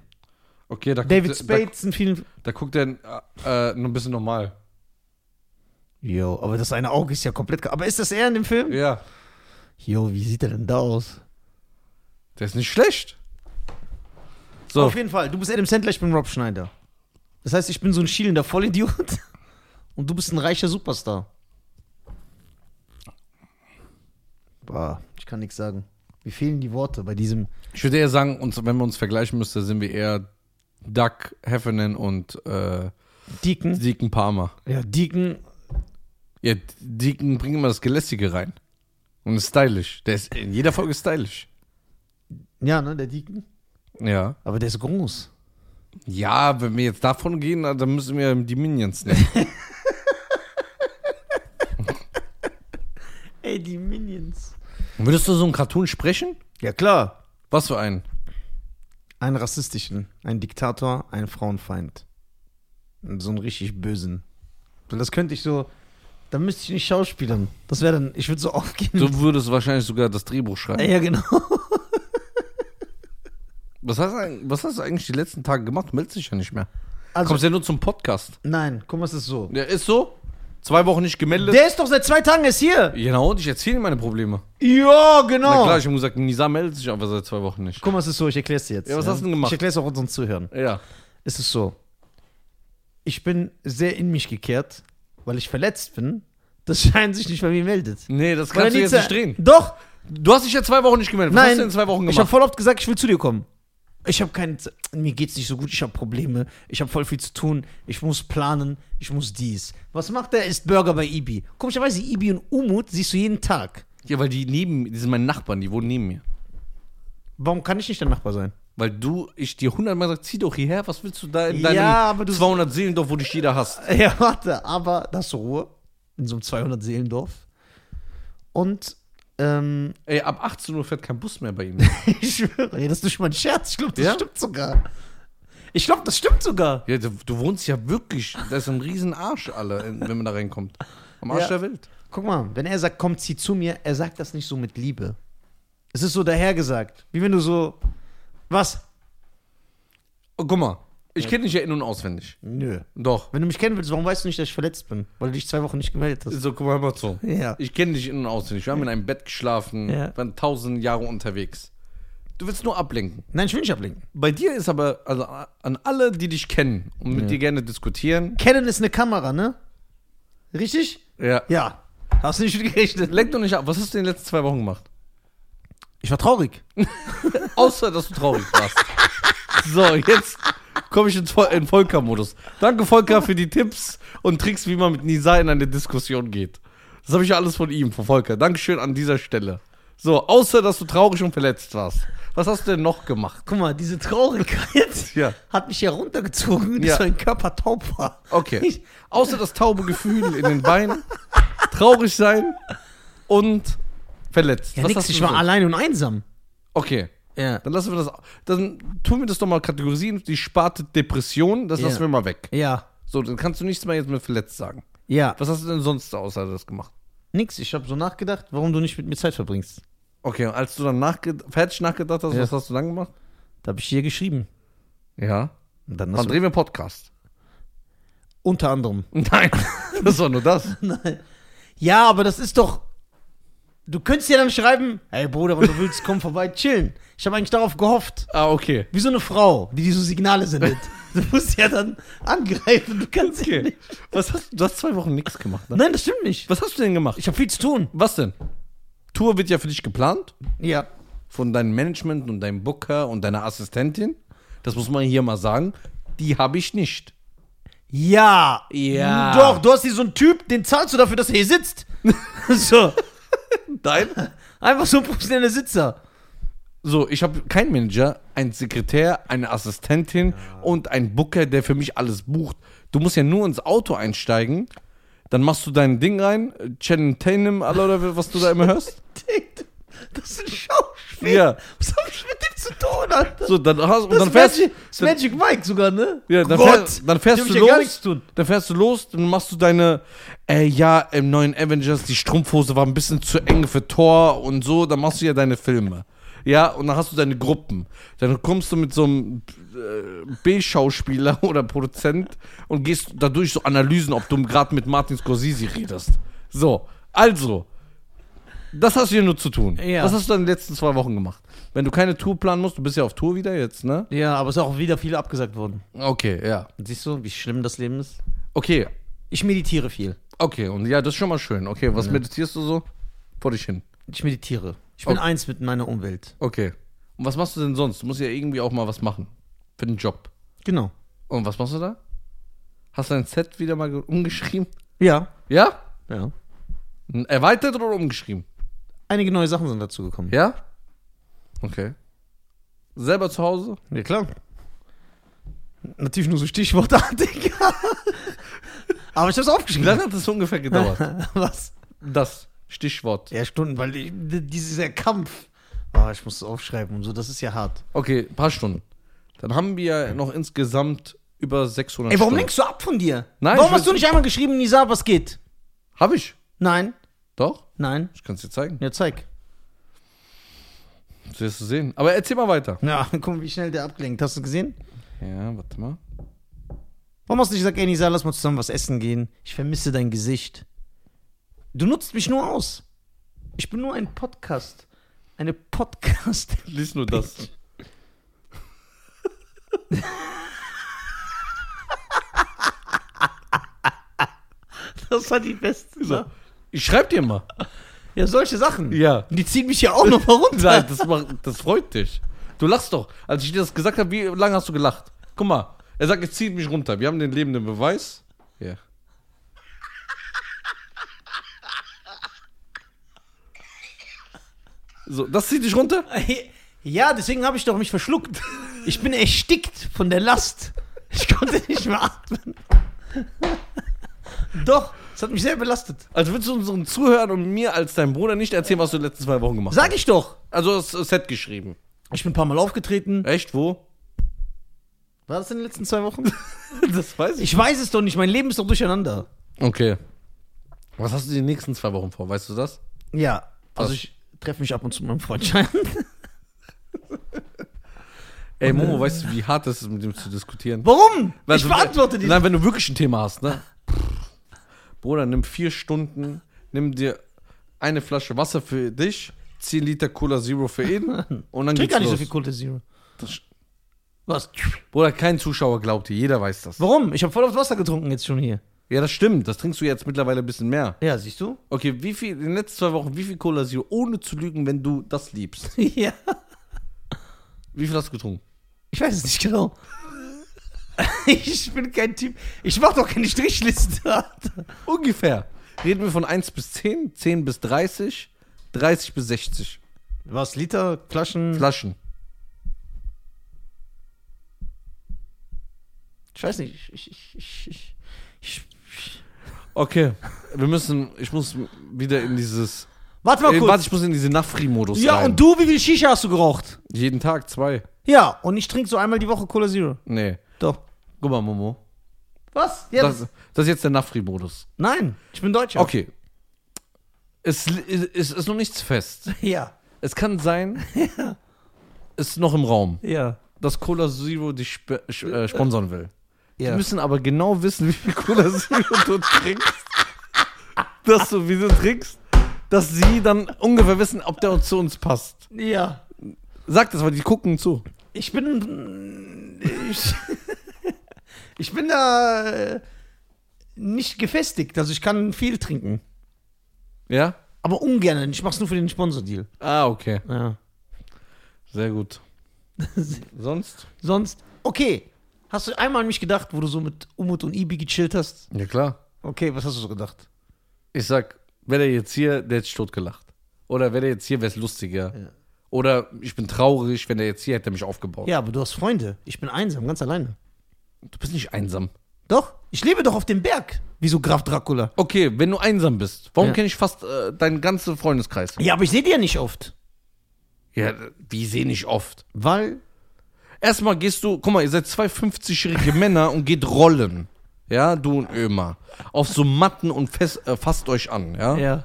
[SPEAKER 2] Okay, da
[SPEAKER 1] David
[SPEAKER 2] guckt, er- da,
[SPEAKER 1] Spades in vielen.
[SPEAKER 2] da guckt er äh, äh, noch ein bisschen normal.
[SPEAKER 1] Jo, aber das eine Auge ist ja komplett. ge- Aber ist das er in dem Film?
[SPEAKER 2] Ja.
[SPEAKER 1] Jo, wie sieht er denn da aus?
[SPEAKER 2] Der ist nicht schlecht. So,
[SPEAKER 1] Auf jeden Fall, du bist Adam Sandler, ich bin Rob Schneider. Das heißt, ich bin so ein schielender Vollidiot. Und du bist ein reicher Superstar. Bah, ich kann nichts sagen. Mir fehlen die Worte bei diesem.
[SPEAKER 2] ich würde eher sagen, uns, wenn wir uns vergleichen müssten, sind wir eher Duck, Heffernan und äh,
[SPEAKER 1] Dicken.
[SPEAKER 2] Deacon Palmer.
[SPEAKER 1] Ja, Dicken
[SPEAKER 2] Ja, Deacon bringt immer das Gelästige rein. Und ist stylisch. Der ist in jeder Folge stylisch.
[SPEAKER 1] Ja, ne, der Deacon.
[SPEAKER 2] Ja.
[SPEAKER 1] Aber der ist groß.
[SPEAKER 2] Ja, wenn wir jetzt davon gehen, na, dann müssen wir die Minions nehmen.
[SPEAKER 1] Ey, die Minions.
[SPEAKER 2] Würdest du so einen Cartoon sprechen?
[SPEAKER 1] Ja, klar.
[SPEAKER 2] Was für einen?
[SPEAKER 1] Einen rassistischen, einen Diktator, einen Frauenfeind. So einen richtig bösen. Und das könnte ich so. Da müsste ich nicht schauspielern. Das wäre dann. Ich würde so aufgehen.
[SPEAKER 2] Du würdest wahrscheinlich sogar das Drehbuch schreiben.
[SPEAKER 1] Ja, genau.
[SPEAKER 2] Was hast, du eigentlich- was hast du eigentlich die letzten Tage gemacht? Du meldest dich ja nicht mehr.
[SPEAKER 1] Also-
[SPEAKER 2] Kommst ja nur zum Podcast.
[SPEAKER 1] Nein, guck mal, es ist so.
[SPEAKER 2] Der ist so. Zwei Wochen nicht gemeldet.
[SPEAKER 1] Der ist doch seit zwei Tagen erst hier.
[SPEAKER 2] genau, und ich erzähle ihm meine Probleme.
[SPEAKER 1] Ja,
[SPEAKER 2] Na
[SPEAKER 1] genau.
[SPEAKER 2] klar, ich habe gesagt, Nisa meldet sich aber seit zwei Wochen nicht.
[SPEAKER 1] Guck mal, es ist so, ich erkläre es dir jetzt.
[SPEAKER 2] Ja, was hast du denn gemacht?
[SPEAKER 1] Ich erkläre es auch unseren Zuhörern.
[SPEAKER 2] Ja.
[SPEAKER 1] Es ist so. Ich bin sehr in mich gekehrt, weil ich verletzt bin. Das scheint sich nicht bei mir meldet.
[SPEAKER 2] Nee, das
[SPEAKER 1] Oder
[SPEAKER 2] kannst du jetzt
[SPEAKER 1] Nizza?
[SPEAKER 2] nicht drehen.
[SPEAKER 1] Doch,
[SPEAKER 2] Du hast dich ja zwei Wochen nicht gemeldet. Was
[SPEAKER 1] nein.
[SPEAKER 2] hast du in zwei Wochen
[SPEAKER 1] Ich habe
[SPEAKER 2] gemacht?
[SPEAKER 1] voll oft gesagt, ich will zu dir kommen. Ich habe keine Zeit. Mir geht's nicht so gut, ich habe Probleme, ich habe voll viel zu tun, ich muss planen, ich muss dies. Was macht er? Ist Burger bei Ibi. Komischerweise, Ibi und Umut siehst du jeden Tag.
[SPEAKER 2] Ja, weil die neben die sind meine Nachbarn, die wohnen neben mir.
[SPEAKER 1] Warum kann ich nicht dein Nachbar sein?
[SPEAKER 2] Weil du, ich dir hundertmal sag, zieh doch hierher, was willst du da in deinem
[SPEAKER 1] Ja, aber du-
[SPEAKER 2] 200 Seelendorf, wo dich jeder hasst?
[SPEAKER 1] Ja, warte, aber da hast du Ruhe. In so einem 200-Seelendorf. Und, ähm,
[SPEAKER 2] Ey, ab 18 Uhr fährt kein Bus mehr bei ihm.
[SPEAKER 1] ich schwöre, ey, das ist nicht mal ein Scherz. Ich glaube, das
[SPEAKER 2] Ja?
[SPEAKER 1] stimmt sogar. Ich glaube, das stimmt sogar.
[SPEAKER 2] ja, du, du wohnst ja wirklich, da ist ein riesen Arsch, alle, in- wenn man da reinkommt. Am Arsch
[SPEAKER 1] Ja.
[SPEAKER 2] der Welt.
[SPEAKER 1] Guck mal, wenn er sagt, komm, zieh zu mir, er sagt das nicht so mit Liebe. Es ist so dahergesagt. Wie wenn du so, was?
[SPEAKER 2] Oh, guck mal, ich kenne dich ja Mhm. in- und auswendig.
[SPEAKER 1] Nö.
[SPEAKER 2] Doch.
[SPEAKER 1] Wenn du mich kennen willst, warum weißt du nicht, dass ich verletzt bin? Weil du dich zwei Wochen nicht gemeldet hast.
[SPEAKER 2] So, guck mal, hör mal zu.
[SPEAKER 1] Ja.
[SPEAKER 2] Ich kenne dich in- und auswendig. Wir haben in einem Bett geschlafen,
[SPEAKER 1] Ja.
[SPEAKER 2] waren tausend Jahre unterwegs. Du willst nur ablenken.
[SPEAKER 1] Nein, ich will nicht ablenken.
[SPEAKER 2] Bei dir ist aber, also an alle, die dich kennen und mit dir gerne diskutieren,
[SPEAKER 1] Canon ist eine Kamera, ne? Richtig?
[SPEAKER 2] ja.
[SPEAKER 1] Ja. Hast du nicht mit gerechnet?
[SPEAKER 2] Lenk doch nicht ab. Was hast du in den letzten zwei Wochen gemacht?
[SPEAKER 1] Ich war traurig.
[SPEAKER 2] Außer, dass du traurig warst. so, jetzt komme ich ins Vol in Volker-Modus. Danke, Volker, für die Tipps und Tricks, wie man mit Nisa in eine Diskussion geht. Das habe ich ja alles von ihm, von Volker. Dankeschön an dieser Stelle. So, außer, dass du traurig und verletzt warst. Was hast du denn noch gemacht?
[SPEAKER 1] Guck mal, diese Traurigkeit
[SPEAKER 2] Ja.
[SPEAKER 1] hat mich hier runtergezogen,
[SPEAKER 2] Ja.
[SPEAKER 1] dass mein Körper taub war.
[SPEAKER 2] Okay.
[SPEAKER 1] Ich,
[SPEAKER 2] Außer das taube Gefühl in den Beinen, traurig sein und verletzt.
[SPEAKER 1] ja,
[SPEAKER 2] Was
[SPEAKER 1] nix,
[SPEAKER 2] hast du
[SPEAKER 1] ich war
[SPEAKER 2] sonst?
[SPEAKER 1] allein und einsam.
[SPEAKER 2] Okay.
[SPEAKER 1] Ja.
[SPEAKER 2] Dann lassen wir das. Dann tun wir das doch mal kategorisieren. Die Sparte Depression, das
[SPEAKER 1] Ja.
[SPEAKER 2] lassen wir mal weg.
[SPEAKER 1] Ja.
[SPEAKER 2] So, dann kannst du nichts mehr jetzt mit verletzt sagen.
[SPEAKER 1] Ja.
[SPEAKER 2] Was hast du denn sonst außer das gemacht?
[SPEAKER 1] Nix, ich habe so nachgedacht, warum du nicht mit mir Zeit verbringst.
[SPEAKER 2] Okay, und als du dann nachge- fertig nachgedacht hast,
[SPEAKER 1] Ja.
[SPEAKER 2] was hast du dann gemacht?
[SPEAKER 1] Da habe ich dir geschrieben.
[SPEAKER 2] Ja.
[SPEAKER 1] Und dann
[SPEAKER 2] Dann
[SPEAKER 1] hast du,
[SPEAKER 2] drehen wir Podcast.
[SPEAKER 1] unter anderem.
[SPEAKER 2] Nein, das war nur das.
[SPEAKER 1] Ja, aber das ist doch. Du könntest ja dann schreiben, hey Bruder, wenn du willst, komm vorbei, chillen. Ich habe eigentlich darauf gehofft.
[SPEAKER 2] ah, okay.
[SPEAKER 1] Wie so eine Frau, die dir so Signale sendet. Du musst ja dann angreifen, du kannst ja
[SPEAKER 2] okay.
[SPEAKER 1] nicht.
[SPEAKER 2] Was hast du, du hast zwei Wochen nichts gemacht, ne?
[SPEAKER 1] Nein, das stimmt nicht.
[SPEAKER 2] Was hast du denn gemacht?
[SPEAKER 1] Ich habe viel zu tun.
[SPEAKER 2] Was denn? Tour wird ja für dich geplant.
[SPEAKER 1] Ja.
[SPEAKER 2] Von deinem Management und deinem Booker und deiner Assistentin. Das muss man hier mal sagen. Die habe ich nicht.
[SPEAKER 1] Ja. Hm,
[SPEAKER 2] Ja.
[SPEAKER 1] Doch, du hast hier so einen Typ, den zahlst du dafür, dass er hier sitzt. so.
[SPEAKER 2] Nein?
[SPEAKER 1] Einfach so ein professioneller Sitzer.
[SPEAKER 2] So, ich habe keinen Manager, einen Sekretär, eine Assistentin und einen Booker, der für mich alles bucht. Du musst ja nur ins Auto einsteigen, dann machst du dein Ding rein, äh, Chen Tainem, alle oder was du da immer hörst.
[SPEAKER 1] Dick, das ist ein Schauspiel.
[SPEAKER 2] Ja.
[SPEAKER 1] Was hab ich mit dem zu tun, Alter?
[SPEAKER 2] So, dann hast und
[SPEAKER 1] das
[SPEAKER 2] dann
[SPEAKER 1] ist
[SPEAKER 2] fährst
[SPEAKER 1] Magic, das ist
[SPEAKER 2] dann,
[SPEAKER 1] Magic Mike sogar, ne?
[SPEAKER 2] ja, dann,
[SPEAKER 1] Gott,
[SPEAKER 2] fährst, dann fährst
[SPEAKER 1] dem
[SPEAKER 2] du
[SPEAKER 1] hab ich ja gar nichts
[SPEAKER 2] los.
[SPEAKER 1] zu tun.
[SPEAKER 2] Dann fährst du los, dann machst du deine, äh, ja, im neuen Avengers, die Strumpfhose war ein bisschen zu eng für Thor und so, dann machst du ja deine Filme. Ja, und dann hast du deine Gruppen. Dann kommst du mit so einem äh, B-Schauspieler oder Produzent und gehst dadurch so Analysen, ob du gerade mit Martin Scorsese redest. So, also, das hast du hier nur zu tun.
[SPEAKER 1] Ja.
[SPEAKER 2] Was hast du dann in den letzten zwei Wochen gemacht? Wenn du keine Tour planen musst, du bist ja auf Tour wieder jetzt, ne?
[SPEAKER 1] Ja, aber es ist auch wieder viel abgesagt worden.
[SPEAKER 2] Okay, ja.
[SPEAKER 1] Siehst du, wie schlimm das Leben ist?
[SPEAKER 2] Okay,
[SPEAKER 1] Ich meditiere viel.
[SPEAKER 2] Okay, und ja, das ist schon mal schön. Okay, was meditierst du so? Vor dich hin.
[SPEAKER 1] Ich meditiere. Ich bin
[SPEAKER 2] Okay.
[SPEAKER 1] eins mit meiner Umwelt.
[SPEAKER 2] Okay. Und was machst du denn sonst? Du musst ja irgendwie auch mal was machen. Für den Job.
[SPEAKER 1] Genau.
[SPEAKER 2] Und was machst du da? Hast du dein Set wieder mal ge- umgeschrieben?
[SPEAKER 1] Ja.
[SPEAKER 2] Ja?
[SPEAKER 1] Ja.
[SPEAKER 2] N- Erweitert oder umgeschrieben?
[SPEAKER 1] Einige neue Sachen sind dazu gekommen.
[SPEAKER 2] Ja? Okay. Selber zu Hause?
[SPEAKER 1] Ja, klar. Natürlich nur so stichwortartig. aber ich hab's
[SPEAKER 2] Wie
[SPEAKER 1] aufgeschrieben.
[SPEAKER 2] lange hat das ungefähr gedauert?
[SPEAKER 1] Was?
[SPEAKER 2] das Stichwort.
[SPEAKER 1] Ja, Stunden, weil ich, dieser Kampf. Ah, ich muss es aufschreiben und so, das ist ja hart.
[SPEAKER 2] Okay, ein paar Stunden. Dann haben wir noch insgesamt über 600
[SPEAKER 1] Ey, warum
[SPEAKER 2] Stunden.
[SPEAKER 1] lenkst du ab von dir?
[SPEAKER 2] Nein,
[SPEAKER 1] warum
[SPEAKER 2] ich
[SPEAKER 1] hast du
[SPEAKER 2] will-
[SPEAKER 1] nicht einmal geschrieben, Nisa, was geht?
[SPEAKER 2] Hab ich.
[SPEAKER 1] Nein,
[SPEAKER 2] Doch.
[SPEAKER 1] nein.
[SPEAKER 2] Ich kann es dir zeigen.
[SPEAKER 1] Ja, zeig.
[SPEAKER 2] Das wirst du sehen. Aber erzähl mal weiter.
[SPEAKER 1] Ja, guck mal, wie schnell der abgelenkt. Hast du gesehen?
[SPEAKER 2] Ja, warte mal.
[SPEAKER 1] Warum hast du nicht gesagt, ey Nisa, lass mal zusammen was essen gehen? Ich vermisse dein Gesicht. Du nutzt mich nur aus. Ich bin nur ein Podcast. Eine Podcast.
[SPEAKER 2] Lies nur das.
[SPEAKER 1] Das war die beste Sache.
[SPEAKER 2] Ich schreib dir mal.
[SPEAKER 1] Ja, solche Sachen.
[SPEAKER 2] Ja.
[SPEAKER 1] Die ziehen mich ja auch noch mal runter.
[SPEAKER 2] Nein, das, macht, das freut dich. Du lachst doch. Als ich dir das gesagt habe, wie lange hast du gelacht? Guck mal. Er sagt, ich ziehe mich runter. Wir haben den lebenden Beweis. Ja. So, das zieht dich runter?
[SPEAKER 1] Ja, deswegen habe ich doch mich verschluckt. Ich bin erstickt von der Last. Ich konnte nicht mehr atmen. Doch, es hat mich sehr belastet.
[SPEAKER 2] Also willst du unseren Zuhörern und mir als dein Bruder nicht erzählen, was du in den letzten zwei Wochen gemacht hast?
[SPEAKER 1] Sag ich doch.
[SPEAKER 2] Also das Set geschrieben.
[SPEAKER 1] Ich bin ein paar Mal aufgetreten.
[SPEAKER 2] Echt? Wo?
[SPEAKER 1] War das in den letzten zwei Wochen?
[SPEAKER 2] Das weiß
[SPEAKER 1] Ich weiß es doch nicht. Mein Leben ist doch durcheinander.
[SPEAKER 2] Okay. Was hast du die nächsten zwei Wochen vor? Weißt du das?
[SPEAKER 1] Ja, also
[SPEAKER 2] Was?
[SPEAKER 1] ich treffe mich ab und zu mit meinem Freund Schein.
[SPEAKER 2] Ey, Momo, weißt du, wie hart das ist, mit dem zu diskutieren?
[SPEAKER 1] Warum?
[SPEAKER 2] Weil
[SPEAKER 1] ich
[SPEAKER 2] du-
[SPEAKER 1] beantworte die.
[SPEAKER 2] Nein, wenn du wirklich ein Thema hast, ne? Bruder, nimm vier Stunden, nimm dir eine Flasche Wasser für dich, 10 Liter Cola Zero für ihn und dann
[SPEAKER 1] Ich trinke
[SPEAKER 2] geht's
[SPEAKER 1] gar nicht
[SPEAKER 2] los.
[SPEAKER 1] so viel Cola Zero.
[SPEAKER 2] Das-
[SPEAKER 1] Was?
[SPEAKER 2] Bruder, kein Zuschauer glaubt dir, jeder weiß das.
[SPEAKER 1] Warum? Ich habe voll aufs Wasser getrunken jetzt schon hier.
[SPEAKER 2] Ja, das stimmt, das trinkst du jetzt mittlerweile ein bisschen mehr.
[SPEAKER 1] Ja, siehst du?
[SPEAKER 2] Okay, wie viel, in den letzten zwei Wochen, wie viel Cola Zero, ohne zu lügen, wenn du das liebst?
[SPEAKER 1] ja.
[SPEAKER 2] Wie viel hast du getrunken?
[SPEAKER 1] Ich weiß es nicht genau. ich bin kein Typ. Ich mach doch keine Strichliste. Alter.
[SPEAKER 2] Ungefähr. Reden wir von 1 bis 10, 10 bis 30, 30 bis 60
[SPEAKER 1] Was? Liter, Flaschen?
[SPEAKER 2] Flaschen.
[SPEAKER 1] ich weiß nicht. Ich, ich, ich, ich, ich, ich.
[SPEAKER 2] Okay, wir müssen, ich muss wieder in dieses,
[SPEAKER 1] Äh, Warte mal
[SPEAKER 2] ey,
[SPEAKER 1] kurz.
[SPEAKER 2] warte, ich muss in diesen Nafri-Modus
[SPEAKER 1] ja,
[SPEAKER 2] rein.
[SPEAKER 1] und du, wie viel Shisha hast du geraucht?
[SPEAKER 2] Jeden Tag zwei.
[SPEAKER 1] Ja, und ich trinke so einmal die Woche Cola Zero.
[SPEAKER 2] Nee,
[SPEAKER 1] Doch.
[SPEAKER 2] guck mal, Momo.
[SPEAKER 1] Was? Ja,
[SPEAKER 2] Das,
[SPEAKER 1] das,
[SPEAKER 2] das ist jetzt der Nafri-Modus.
[SPEAKER 1] nein, ich bin Deutscher.
[SPEAKER 2] Okay. Es, es ist noch nichts fest.
[SPEAKER 1] Ja.
[SPEAKER 2] Es kann sein, es ist noch im Raum,
[SPEAKER 1] Ja.
[SPEAKER 2] dass Cola Zero dich sp sch- äh, sponsern will.
[SPEAKER 1] Ja.
[SPEAKER 2] Die müssen aber genau wissen, wie viel Cola Zero du trinkst. dass du, wie du trinkst, dass sie dann ungefähr wissen, ob der zu uns passt.
[SPEAKER 1] ja.
[SPEAKER 2] Sag das, weil die gucken zu.
[SPEAKER 1] Ich bin. Ich, ich bin da äh, nicht gefestigt. Also ich kann viel trinken.
[SPEAKER 2] Ja?
[SPEAKER 1] Aber ungern. Ich mach's nur für den Sponsordeal.
[SPEAKER 2] Ah, okay.
[SPEAKER 1] Ja.
[SPEAKER 2] Sehr gut. Sonst?
[SPEAKER 1] Sonst. Okay. Hast du einmal an mich gedacht, wo du so mit Umut und Ibi gechillt hast?
[SPEAKER 2] Ja, klar.
[SPEAKER 1] Okay, was hast du so gedacht?
[SPEAKER 2] Ich sag, wäre der jetzt hier, der hätte ich totgelacht. Oder wäre der jetzt hier, wäre es lustiger. Oder ich bin traurig, wenn der jetzt hier hätte mich aufgebaut.
[SPEAKER 1] Ja, aber du hast Freunde. Ich bin einsam, ganz alleine.
[SPEAKER 2] Du bist nicht einsam.
[SPEAKER 1] Doch, ich lebe doch auf dem Berg. Wieso Graf Dracula?
[SPEAKER 2] Okay, wenn du einsam bist, warum
[SPEAKER 1] Ja.
[SPEAKER 2] kenne ich fast äh, deinen ganzen Freundeskreis?
[SPEAKER 1] Ja, aber ich sehe die ja nicht oft.
[SPEAKER 2] Ja, wie sehe ich oft.
[SPEAKER 1] Weil.
[SPEAKER 2] Erstmal gehst du, guck mal, ihr seid zwei 50-jährige Männer und geht rollen. Ja, du und Ömer. Auf so Matten und fest, äh, fasst euch an, ja?
[SPEAKER 1] Ja.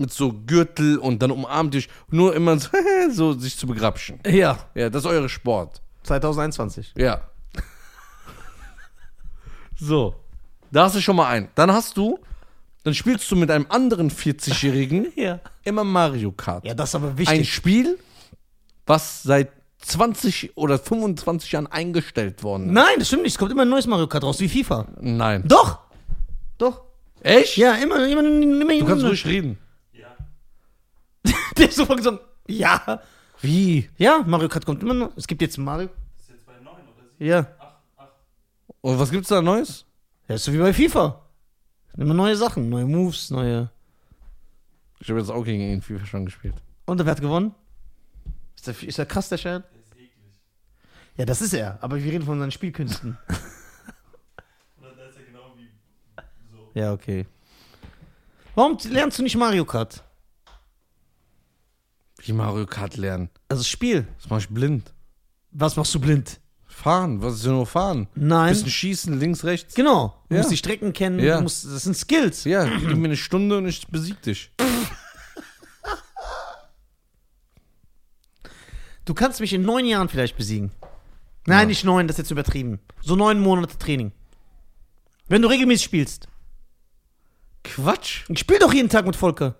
[SPEAKER 2] Mit so Gürtel und dann umarmt ihr euch. Nur immer so, so sich zu begrapschen.
[SPEAKER 1] Ja.
[SPEAKER 2] Ja, das ist eure Sport.
[SPEAKER 1] 2021.
[SPEAKER 2] Ja. so. Da hast du schon mal einen. Dann hast du, dann spielst du mit einem anderen 40-Jährigen
[SPEAKER 1] Ja.
[SPEAKER 2] immer Mario Kart.
[SPEAKER 1] Ja, das ist aber
[SPEAKER 2] ein
[SPEAKER 1] wichtig.
[SPEAKER 2] Spiel, was seit 20 oder 25 Jahren eingestellt worden ist.
[SPEAKER 1] Nein, das stimmt nicht. Es kommt immer ein neues Mario Kart raus, wie FIFA.
[SPEAKER 2] Nein.
[SPEAKER 1] Doch! Doch.
[SPEAKER 2] Echt?
[SPEAKER 1] Ja, immer, immer, immer.
[SPEAKER 2] Du
[SPEAKER 1] immer
[SPEAKER 2] kannst ruhig reden.
[SPEAKER 1] Der ist sofort gesagt, ja.
[SPEAKER 2] Wie?
[SPEAKER 1] Ja, Mario Kart kommt immer noch. Es gibt jetzt Mario.
[SPEAKER 3] Ist jetzt bei 9 oder 7?
[SPEAKER 1] Ja.
[SPEAKER 2] Und was gibt's da Neues?
[SPEAKER 1] Das ist so wie bei FIFA. Immer neue Sachen, neue Moves, neue.
[SPEAKER 2] Ich habe jetzt auch gegen ihn FIFA schon gespielt.
[SPEAKER 1] Und wer hat gewonnen? Ist der, ist der krass, der Shan?
[SPEAKER 3] Der ist eklig.
[SPEAKER 1] Ja, das ist er. Aber wir reden von seinen Spielkünsten.
[SPEAKER 3] Oder da ist er genau wie so.
[SPEAKER 1] ja, okay. Warum lernst du nicht Mario Kart?
[SPEAKER 2] Wie Mario Kart lernen.
[SPEAKER 1] Also Spiel.
[SPEAKER 2] Das mache ich blind.
[SPEAKER 1] Was machst du blind?
[SPEAKER 2] Fahren, was ist denn nur fahren?
[SPEAKER 1] Nein.
[SPEAKER 2] Bisschen schießen, links, rechts.
[SPEAKER 1] Genau. Du
[SPEAKER 2] Ja.
[SPEAKER 1] musst die Strecken kennen.
[SPEAKER 2] Ja.
[SPEAKER 1] Du musst, das sind Skills.
[SPEAKER 2] Ja, gib mir eine Stunde und ich besieg dich.
[SPEAKER 1] Du kannst mich in neun Jahren vielleicht besiegen. Nein, nicht neun, das ist jetzt übertrieben. So neun Monate Training. Wenn du regelmäßig spielst.
[SPEAKER 2] Quatsch.
[SPEAKER 1] Ich spiele doch jeden Tag mit Volker.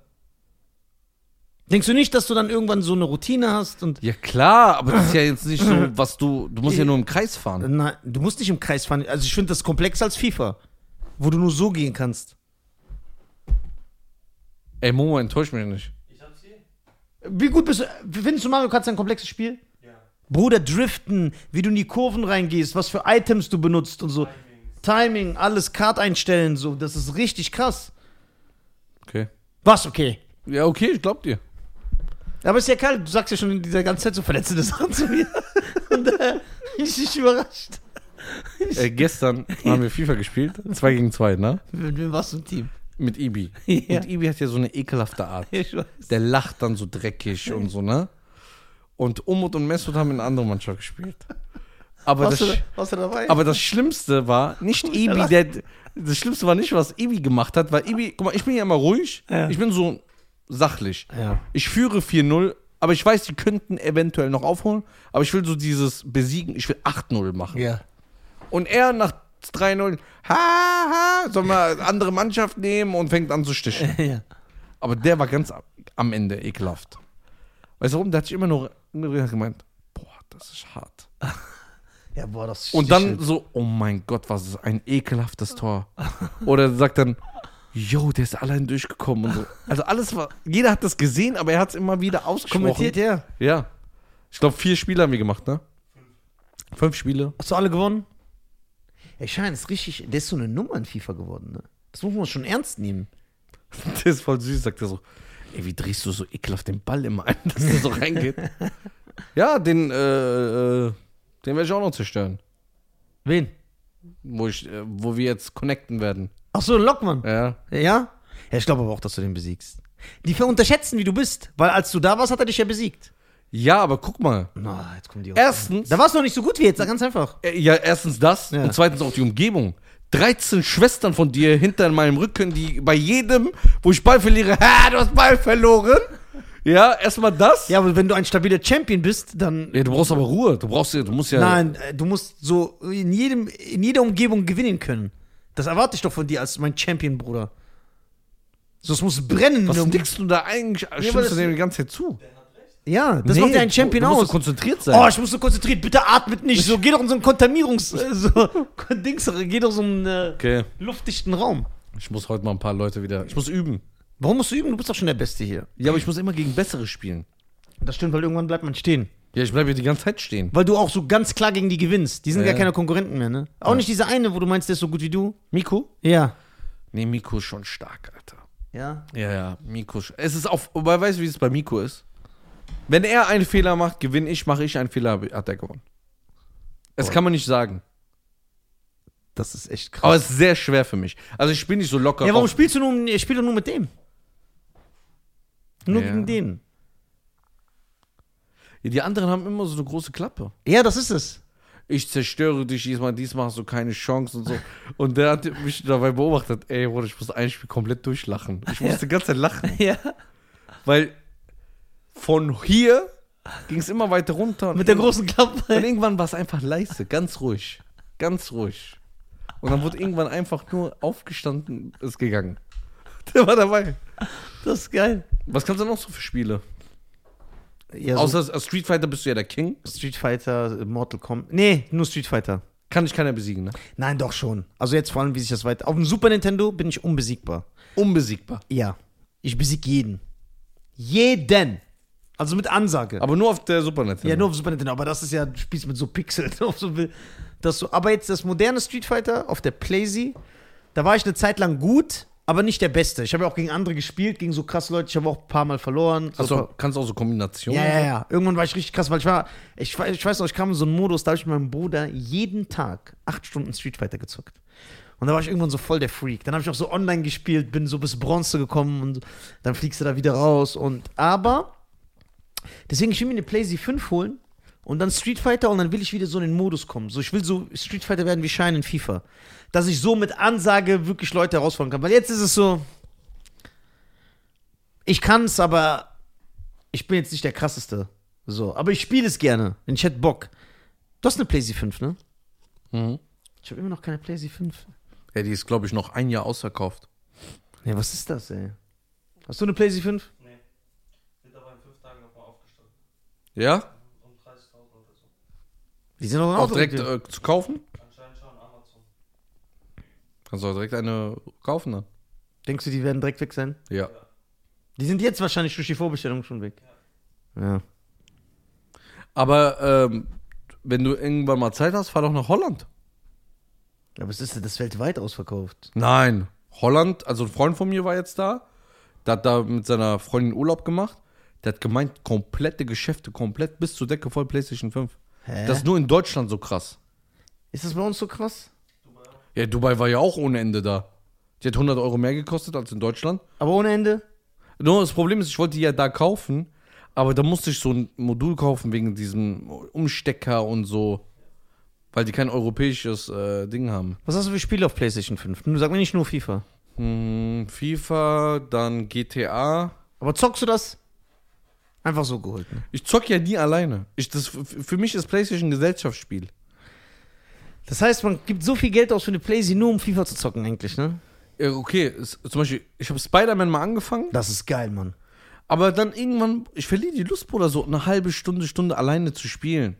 [SPEAKER 1] Denkst du nicht, dass du dann irgendwann so eine Routine hast und.
[SPEAKER 2] Ja klar, aber das ist ja jetzt nicht so, was du. Du musst ja nur im Kreis fahren.
[SPEAKER 1] Nein, du musst nicht im Kreis fahren. Also ich finde das komplexer als FIFA, wo du nur so gehen kannst.
[SPEAKER 2] Ey, Momo, enttäusch mich nicht.
[SPEAKER 3] Ich hab's hier.
[SPEAKER 1] Wie gut bist du. Findest du Mario Kart ist ein komplexes Spiel?
[SPEAKER 3] Ja.
[SPEAKER 1] Bruder, driften, wie du in die Kurven reingehst, was für Items du benutzt und so.
[SPEAKER 3] Timings.
[SPEAKER 1] Timing, alles Kart einstellen, so. Das ist richtig krass.
[SPEAKER 2] Okay.
[SPEAKER 1] Was, okay.
[SPEAKER 2] Ja, okay, ich glaub dir.
[SPEAKER 1] Aber ist ja kalt, du sagst ja schon in dieser ganzen Zeit so verletzende Sachen zu mir. Und äh, ich bin nicht überrascht.
[SPEAKER 2] Äh, gestern haben wir FIFA gespielt. Zwei gegen zwei, ne?
[SPEAKER 1] Mit wem warst du im Team?
[SPEAKER 2] Mit Ibi.
[SPEAKER 1] Ja.
[SPEAKER 2] Und Ibi hat ja so eine ekelhafte Art.
[SPEAKER 1] Ich weiß.
[SPEAKER 2] Der lacht dann so dreckig und so, ne? Und Umut und Mesut haben in einer anderen Mannschaft gespielt. Aber das,
[SPEAKER 1] warst, du, warst du dabei?
[SPEAKER 2] aber das Schlimmste war nicht Ibi, der, das Schlimmste war nicht, was Ibi gemacht hat, weil Ibi, guck mal, ich bin ja immer ruhig,
[SPEAKER 1] Ja.
[SPEAKER 2] ich bin so sachlich.
[SPEAKER 1] Ja.
[SPEAKER 2] Ich führe 4-0, aber ich weiß, die könnten eventuell noch aufholen, aber ich will so dieses Besiegen, ich will 8-0 machen.
[SPEAKER 1] ja.
[SPEAKER 2] Und er nach 3-0, ha, ha, soll mal andere Mannschaft nehmen und fängt an zu stichen.
[SPEAKER 1] ja.
[SPEAKER 2] Aber der war ganz am- am Ende ekelhaft. Weißt du warum? Der hat sich immer nur immer gemeint, boah, das ist hart.
[SPEAKER 1] Ja, boah, das
[SPEAKER 2] Und dann so, oh mein Gott, was ist ein ekelhaftes Tor. Oder sagt dann, yo, der ist allein durchgekommen und so. Also alles war, jeder hat das gesehen, aber er hat es immer wieder ausgesprochen.
[SPEAKER 1] kommentiert er.
[SPEAKER 2] Ja. Ich glaube, vier Spiele haben wir gemacht, ne? Fünf Spiele.
[SPEAKER 1] Hast du alle gewonnen? Ey, Schein ist richtig, der ist so eine Nummer in FIFA geworden, ne? Das muss man schon ernst nehmen.
[SPEAKER 2] Der ist voll süß, sagt er so. Ey, wie drehst du so ekelhaft den Ball immer ein, dass der so reingeht? ja, den, äh, äh, den werde ich auch noch zerstören.
[SPEAKER 1] Wen?
[SPEAKER 2] Wo, ich, äh, wo wir jetzt connecten werden.
[SPEAKER 1] Ach so, Lockmann.
[SPEAKER 2] Ja.
[SPEAKER 1] Ja? Ja, ich glaube aber auch, dass du den besiegst. Die verunterschätzen, wie du bist, weil als du da warst, hat er dich ja besiegt.
[SPEAKER 2] Ja, aber guck mal.
[SPEAKER 1] Na, jetzt kommen die auch.
[SPEAKER 2] Erstens,
[SPEAKER 1] Da warst du noch nicht so gut wie jetzt, ganz einfach.
[SPEAKER 2] äh, ja, erstens das
[SPEAKER 1] Ja.
[SPEAKER 2] und zweitens auch die Umgebung. 13 Schwestern von dir hinter meinem Rücken, die bei jedem, wo ich Ball verliere, ha, du hast Ball verloren. Ja, erstmal das.
[SPEAKER 1] Ja, aber wenn du ein stabiler Champion bist, dann.
[SPEAKER 2] Ja, du brauchst aber Ruhe. Du brauchst ja, du musst ja.
[SPEAKER 1] Nein, äh, du musst so in, jedem, in jeder Umgebung gewinnen können. Das erwarte ich doch von dir als mein Champion, Bruder. So, es muss brennen. in
[SPEAKER 2] Was
[SPEAKER 1] der Umgebung.
[SPEAKER 2] nickst du da eigentlich? Äh,
[SPEAKER 1] weil
[SPEAKER 2] Stimmst
[SPEAKER 1] das-
[SPEAKER 2] du dem die ganze Zeit zu?
[SPEAKER 1] Ja, das macht ja einen Champion
[SPEAKER 2] du, du
[SPEAKER 1] aus.
[SPEAKER 2] Musst konzentriert sein.
[SPEAKER 1] Oh, ich muss so konzentriert, bitte atmet nicht. So, geh doch in so einen Kontamierungs-, äh, so, Dings, geh doch so einen äh,
[SPEAKER 2] okay.
[SPEAKER 1] luftdichten Raum.
[SPEAKER 2] Ich muss heute mal ein paar Leute wieder. Ich muss üben.
[SPEAKER 1] Warum musst du üben? Du bist doch schon der Beste hier.
[SPEAKER 2] Ja, aber ich muss immer gegen bessere spielen.
[SPEAKER 1] Das stimmt, weil irgendwann bleibt man stehen.
[SPEAKER 2] Ja, ich bleibe hier die ganze Zeit stehen.
[SPEAKER 1] Weil du auch so ganz klar gegen die gewinnst. Die sind
[SPEAKER 2] Ja.
[SPEAKER 1] gar keine Konkurrenten mehr, ne? Auch nicht dieser eine, wo du meinst, der ist so gut wie du.
[SPEAKER 2] Miko?
[SPEAKER 1] Ja.
[SPEAKER 2] Nee, Miko ist schon stark, Alter.
[SPEAKER 1] Ja.
[SPEAKER 2] Ja, ja, Miko. ist- Es ist auf. Wobei, weißt du, wie es bei Miko ist? Wenn er einen Fehler macht, gewinne ich, mache ich einen Fehler, hat er gewonnen. Das kann man nicht sagen.
[SPEAKER 1] Das ist echt krass.
[SPEAKER 2] Aber es ist sehr schwer für mich. Also ich bin nicht so locker.
[SPEAKER 1] ja, warum
[SPEAKER 2] drauf.
[SPEAKER 1] spielst du nur, ich spiele nur mit dem? Nur
[SPEAKER 2] Ja.
[SPEAKER 1] gegen den.
[SPEAKER 2] Die anderen haben immer so eine große Klappe.
[SPEAKER 1] Ja, das ist es.
[SPEAKER 2] Ich zerstöre dich diesmal, diesmal hast du keine Chance und so. Und der hat mich dabei beobachtet, ey, Bruder, ich muss ein Spiel komplett durchlachen. Ich musste die ganze Zeit lachen.
[SPEAKER 1] Ja.
[SPEAKER 2] Weil von hier ging es immer weiter runter. und
[SPEAKER 1] Mit der großen
[SPEAKER 2] irgendwann- Und
[SPEAKER 1] Klappe.
[SPEAKER 2] irgendwann war es einfach leise, ganz ruhig. Ganz ruhig. Und dann wurde irgendwann einfach nur aufgestanden, ist gegangen. Der war dabei.
[SPEAKER 1] Das ist geil.
[SPEAKER 2] Was kannst du noch so für Spiele?
[SPEAKER 1] Ja, so
[SPEAKER 2] Außer äh, Street Fighter bist du ja der King.
[SPEAKER 1] Street Fighter, äh, Mortal Kombat. Nee, nur Street Fighter.
[SPEAKER 2] Kann ich keiner besiegen, ne?
[SPEAKER 1] Nein, doch schon. Also jetzt vor allem, wie sich das weiter. Auf dem Super Nintendo bin ich unbesiegbar.
[SPEAKER 2] Unbesiegbar.
[SPEAKER 1] Ja. Ich besiege jeden. Jeden. Also mit Ansage.
[SPEAKER 2] Aber nur auf der Super Nintendo.
[SPEAKER 1] ja, nur auf Super Nintendo. Aber das ist ja, du spielst mit so Pixeln. Auf so, dass du, aber jetzt das moderne Street Fighter auf der PlayZ, da war ich eine Zeit lang gut, aber nicht der Beste. Ich habe ja auch gegen andere gespielt, gegen so krasse Leute. Ich habe auch ein paar Mal verloren. So ein
[SPEAKER 2] Also
[SPEAKER 1] paar-
[SPEAKER 2] kannst auch so Kombinationen.
[SPEAKER 1] Ja, ja, ja. Irgendwann war ich richtig krass, weil ich war, ich, we- ich weiß noch, ich kam in so einen Modus, da habe ich mit meinem Bruder jeden Tag acht Stunden Street Fighter gezockt. Und da war ich irgendwann so voll der Freak. Dann habe ich auch so online gespielt, bin so bis Bronze gekommen und dann fliegst du da wieder raus. Und aber, deswegen, ich will mir eine PlayStation 5 holen und dann Street Fighter und dann will ich wieder so in den Modus kommen. So, ich will so Street Fighter werden wie Shine in FIFA. Dass ich so mit Ansage wirklich Leute herausfordern kann. Weil jetzt ist es so, ich kann es, aber ich bin jetzt nicht der krasseste. So, aber ich spiele es gerne. Denn ich hätte Bock. Du hast eine PlayStation 5, ne?
[SPEAKER 2] Mhm.
[SPEAKER 1] Ich habe immer noch keine PlayStation 5.
[SPEAKER 2] ja die ist, glaube ich, noch ein Jahr ausverkauft.
[SPEAKER 1] Ja, was ist das, ey? Hast du eine PlayStation 5?
[SPEAKER 3] Nee. Wird aber in fünf Tagen nochmal aufgestanden.
[SPEAKER 2] Ja?
[SPEAKER 3] Um 30.000 oder so.
[SPEAKER 1] Die sind noch
[SPEAKER 2] Auch direkt äh, zu kaufen?
[SPEAKER 3] Anscheinend schon Amazon.
[SPEAKER 2] Kannst du auch direkt eine kaufen dann.
[SPEAKER 1] Denkst du, die werden direkt weg sein?
[SPEAKER 2] Ja.
[SPEAKER 1] Die sind jetzt wahrscheinlich durch die Vorbestellung schon weg. Ja.
[SPEAKER 2] Aber ähm, wenn du irgendwann mal Zeit hast, fahr doch nach Holland.
[SPEAKER 1] Aber es ist ja das weltweit ausverkauft.
[SPEAKER 2] Nein, Holland, also ein Freund von mir war jetzt da, der hat da mit seiner Freundin Urlaub gemacht. Der hat gemeint, komplette Geschäfte, komplett bis zur Decke voll PlayStation 5.
[SPEAKER 1] Hä?
[SPEAKER 2] Das ist nur in Deutschland so krass.
[SPEAKER 1] ist das bei uns so krass?
[SPEAKER 2] Ja, Dubai war ja auch ohne Ende da. Die hat 100 Euro mehr gekostet als in Deutschland.
[SPEAKER 1] Aber ohne Ende?
[SPEAKER 2] Nur das Problem ist, ich wollte die ja da kaufen, aber da musste ich so ein Modul kaufen wegen diesem Umstecker und so, weil die kein europäisches äh, Ding haben.
[SPEAKER 1] Was hast du für Spiele auf PlayStation 5? Nun sag mir nicht nur FIFA.
[SPEAKER 2] Hm, FIFA, dann GTA.
[SPEAKER 1] Aber zockst du das? Einfach so geholt. Ne?
[SPEAKER 2] Ich zock ja nie alleine. Ich, das, f- für mich ist PlayStation ein Gesellschaftsspiel.
[SPEAKER 1] Das heißt, man gibt so viel Geld aus für eine PlayStation nur um FIFA zu zocken, eigentlich, ne?
[SPEAKER 2] Äh, Okay, es, zum Beispiel, ich habe Spider-Man mal angefangen,
[SPEAKER 1] Das ist geil, Mann.
[SPEAKER 2] aber dann irgendwann, ich verliere die Lust, Bruder, so eine halbe Stunde, Stunde alleine zu spielen.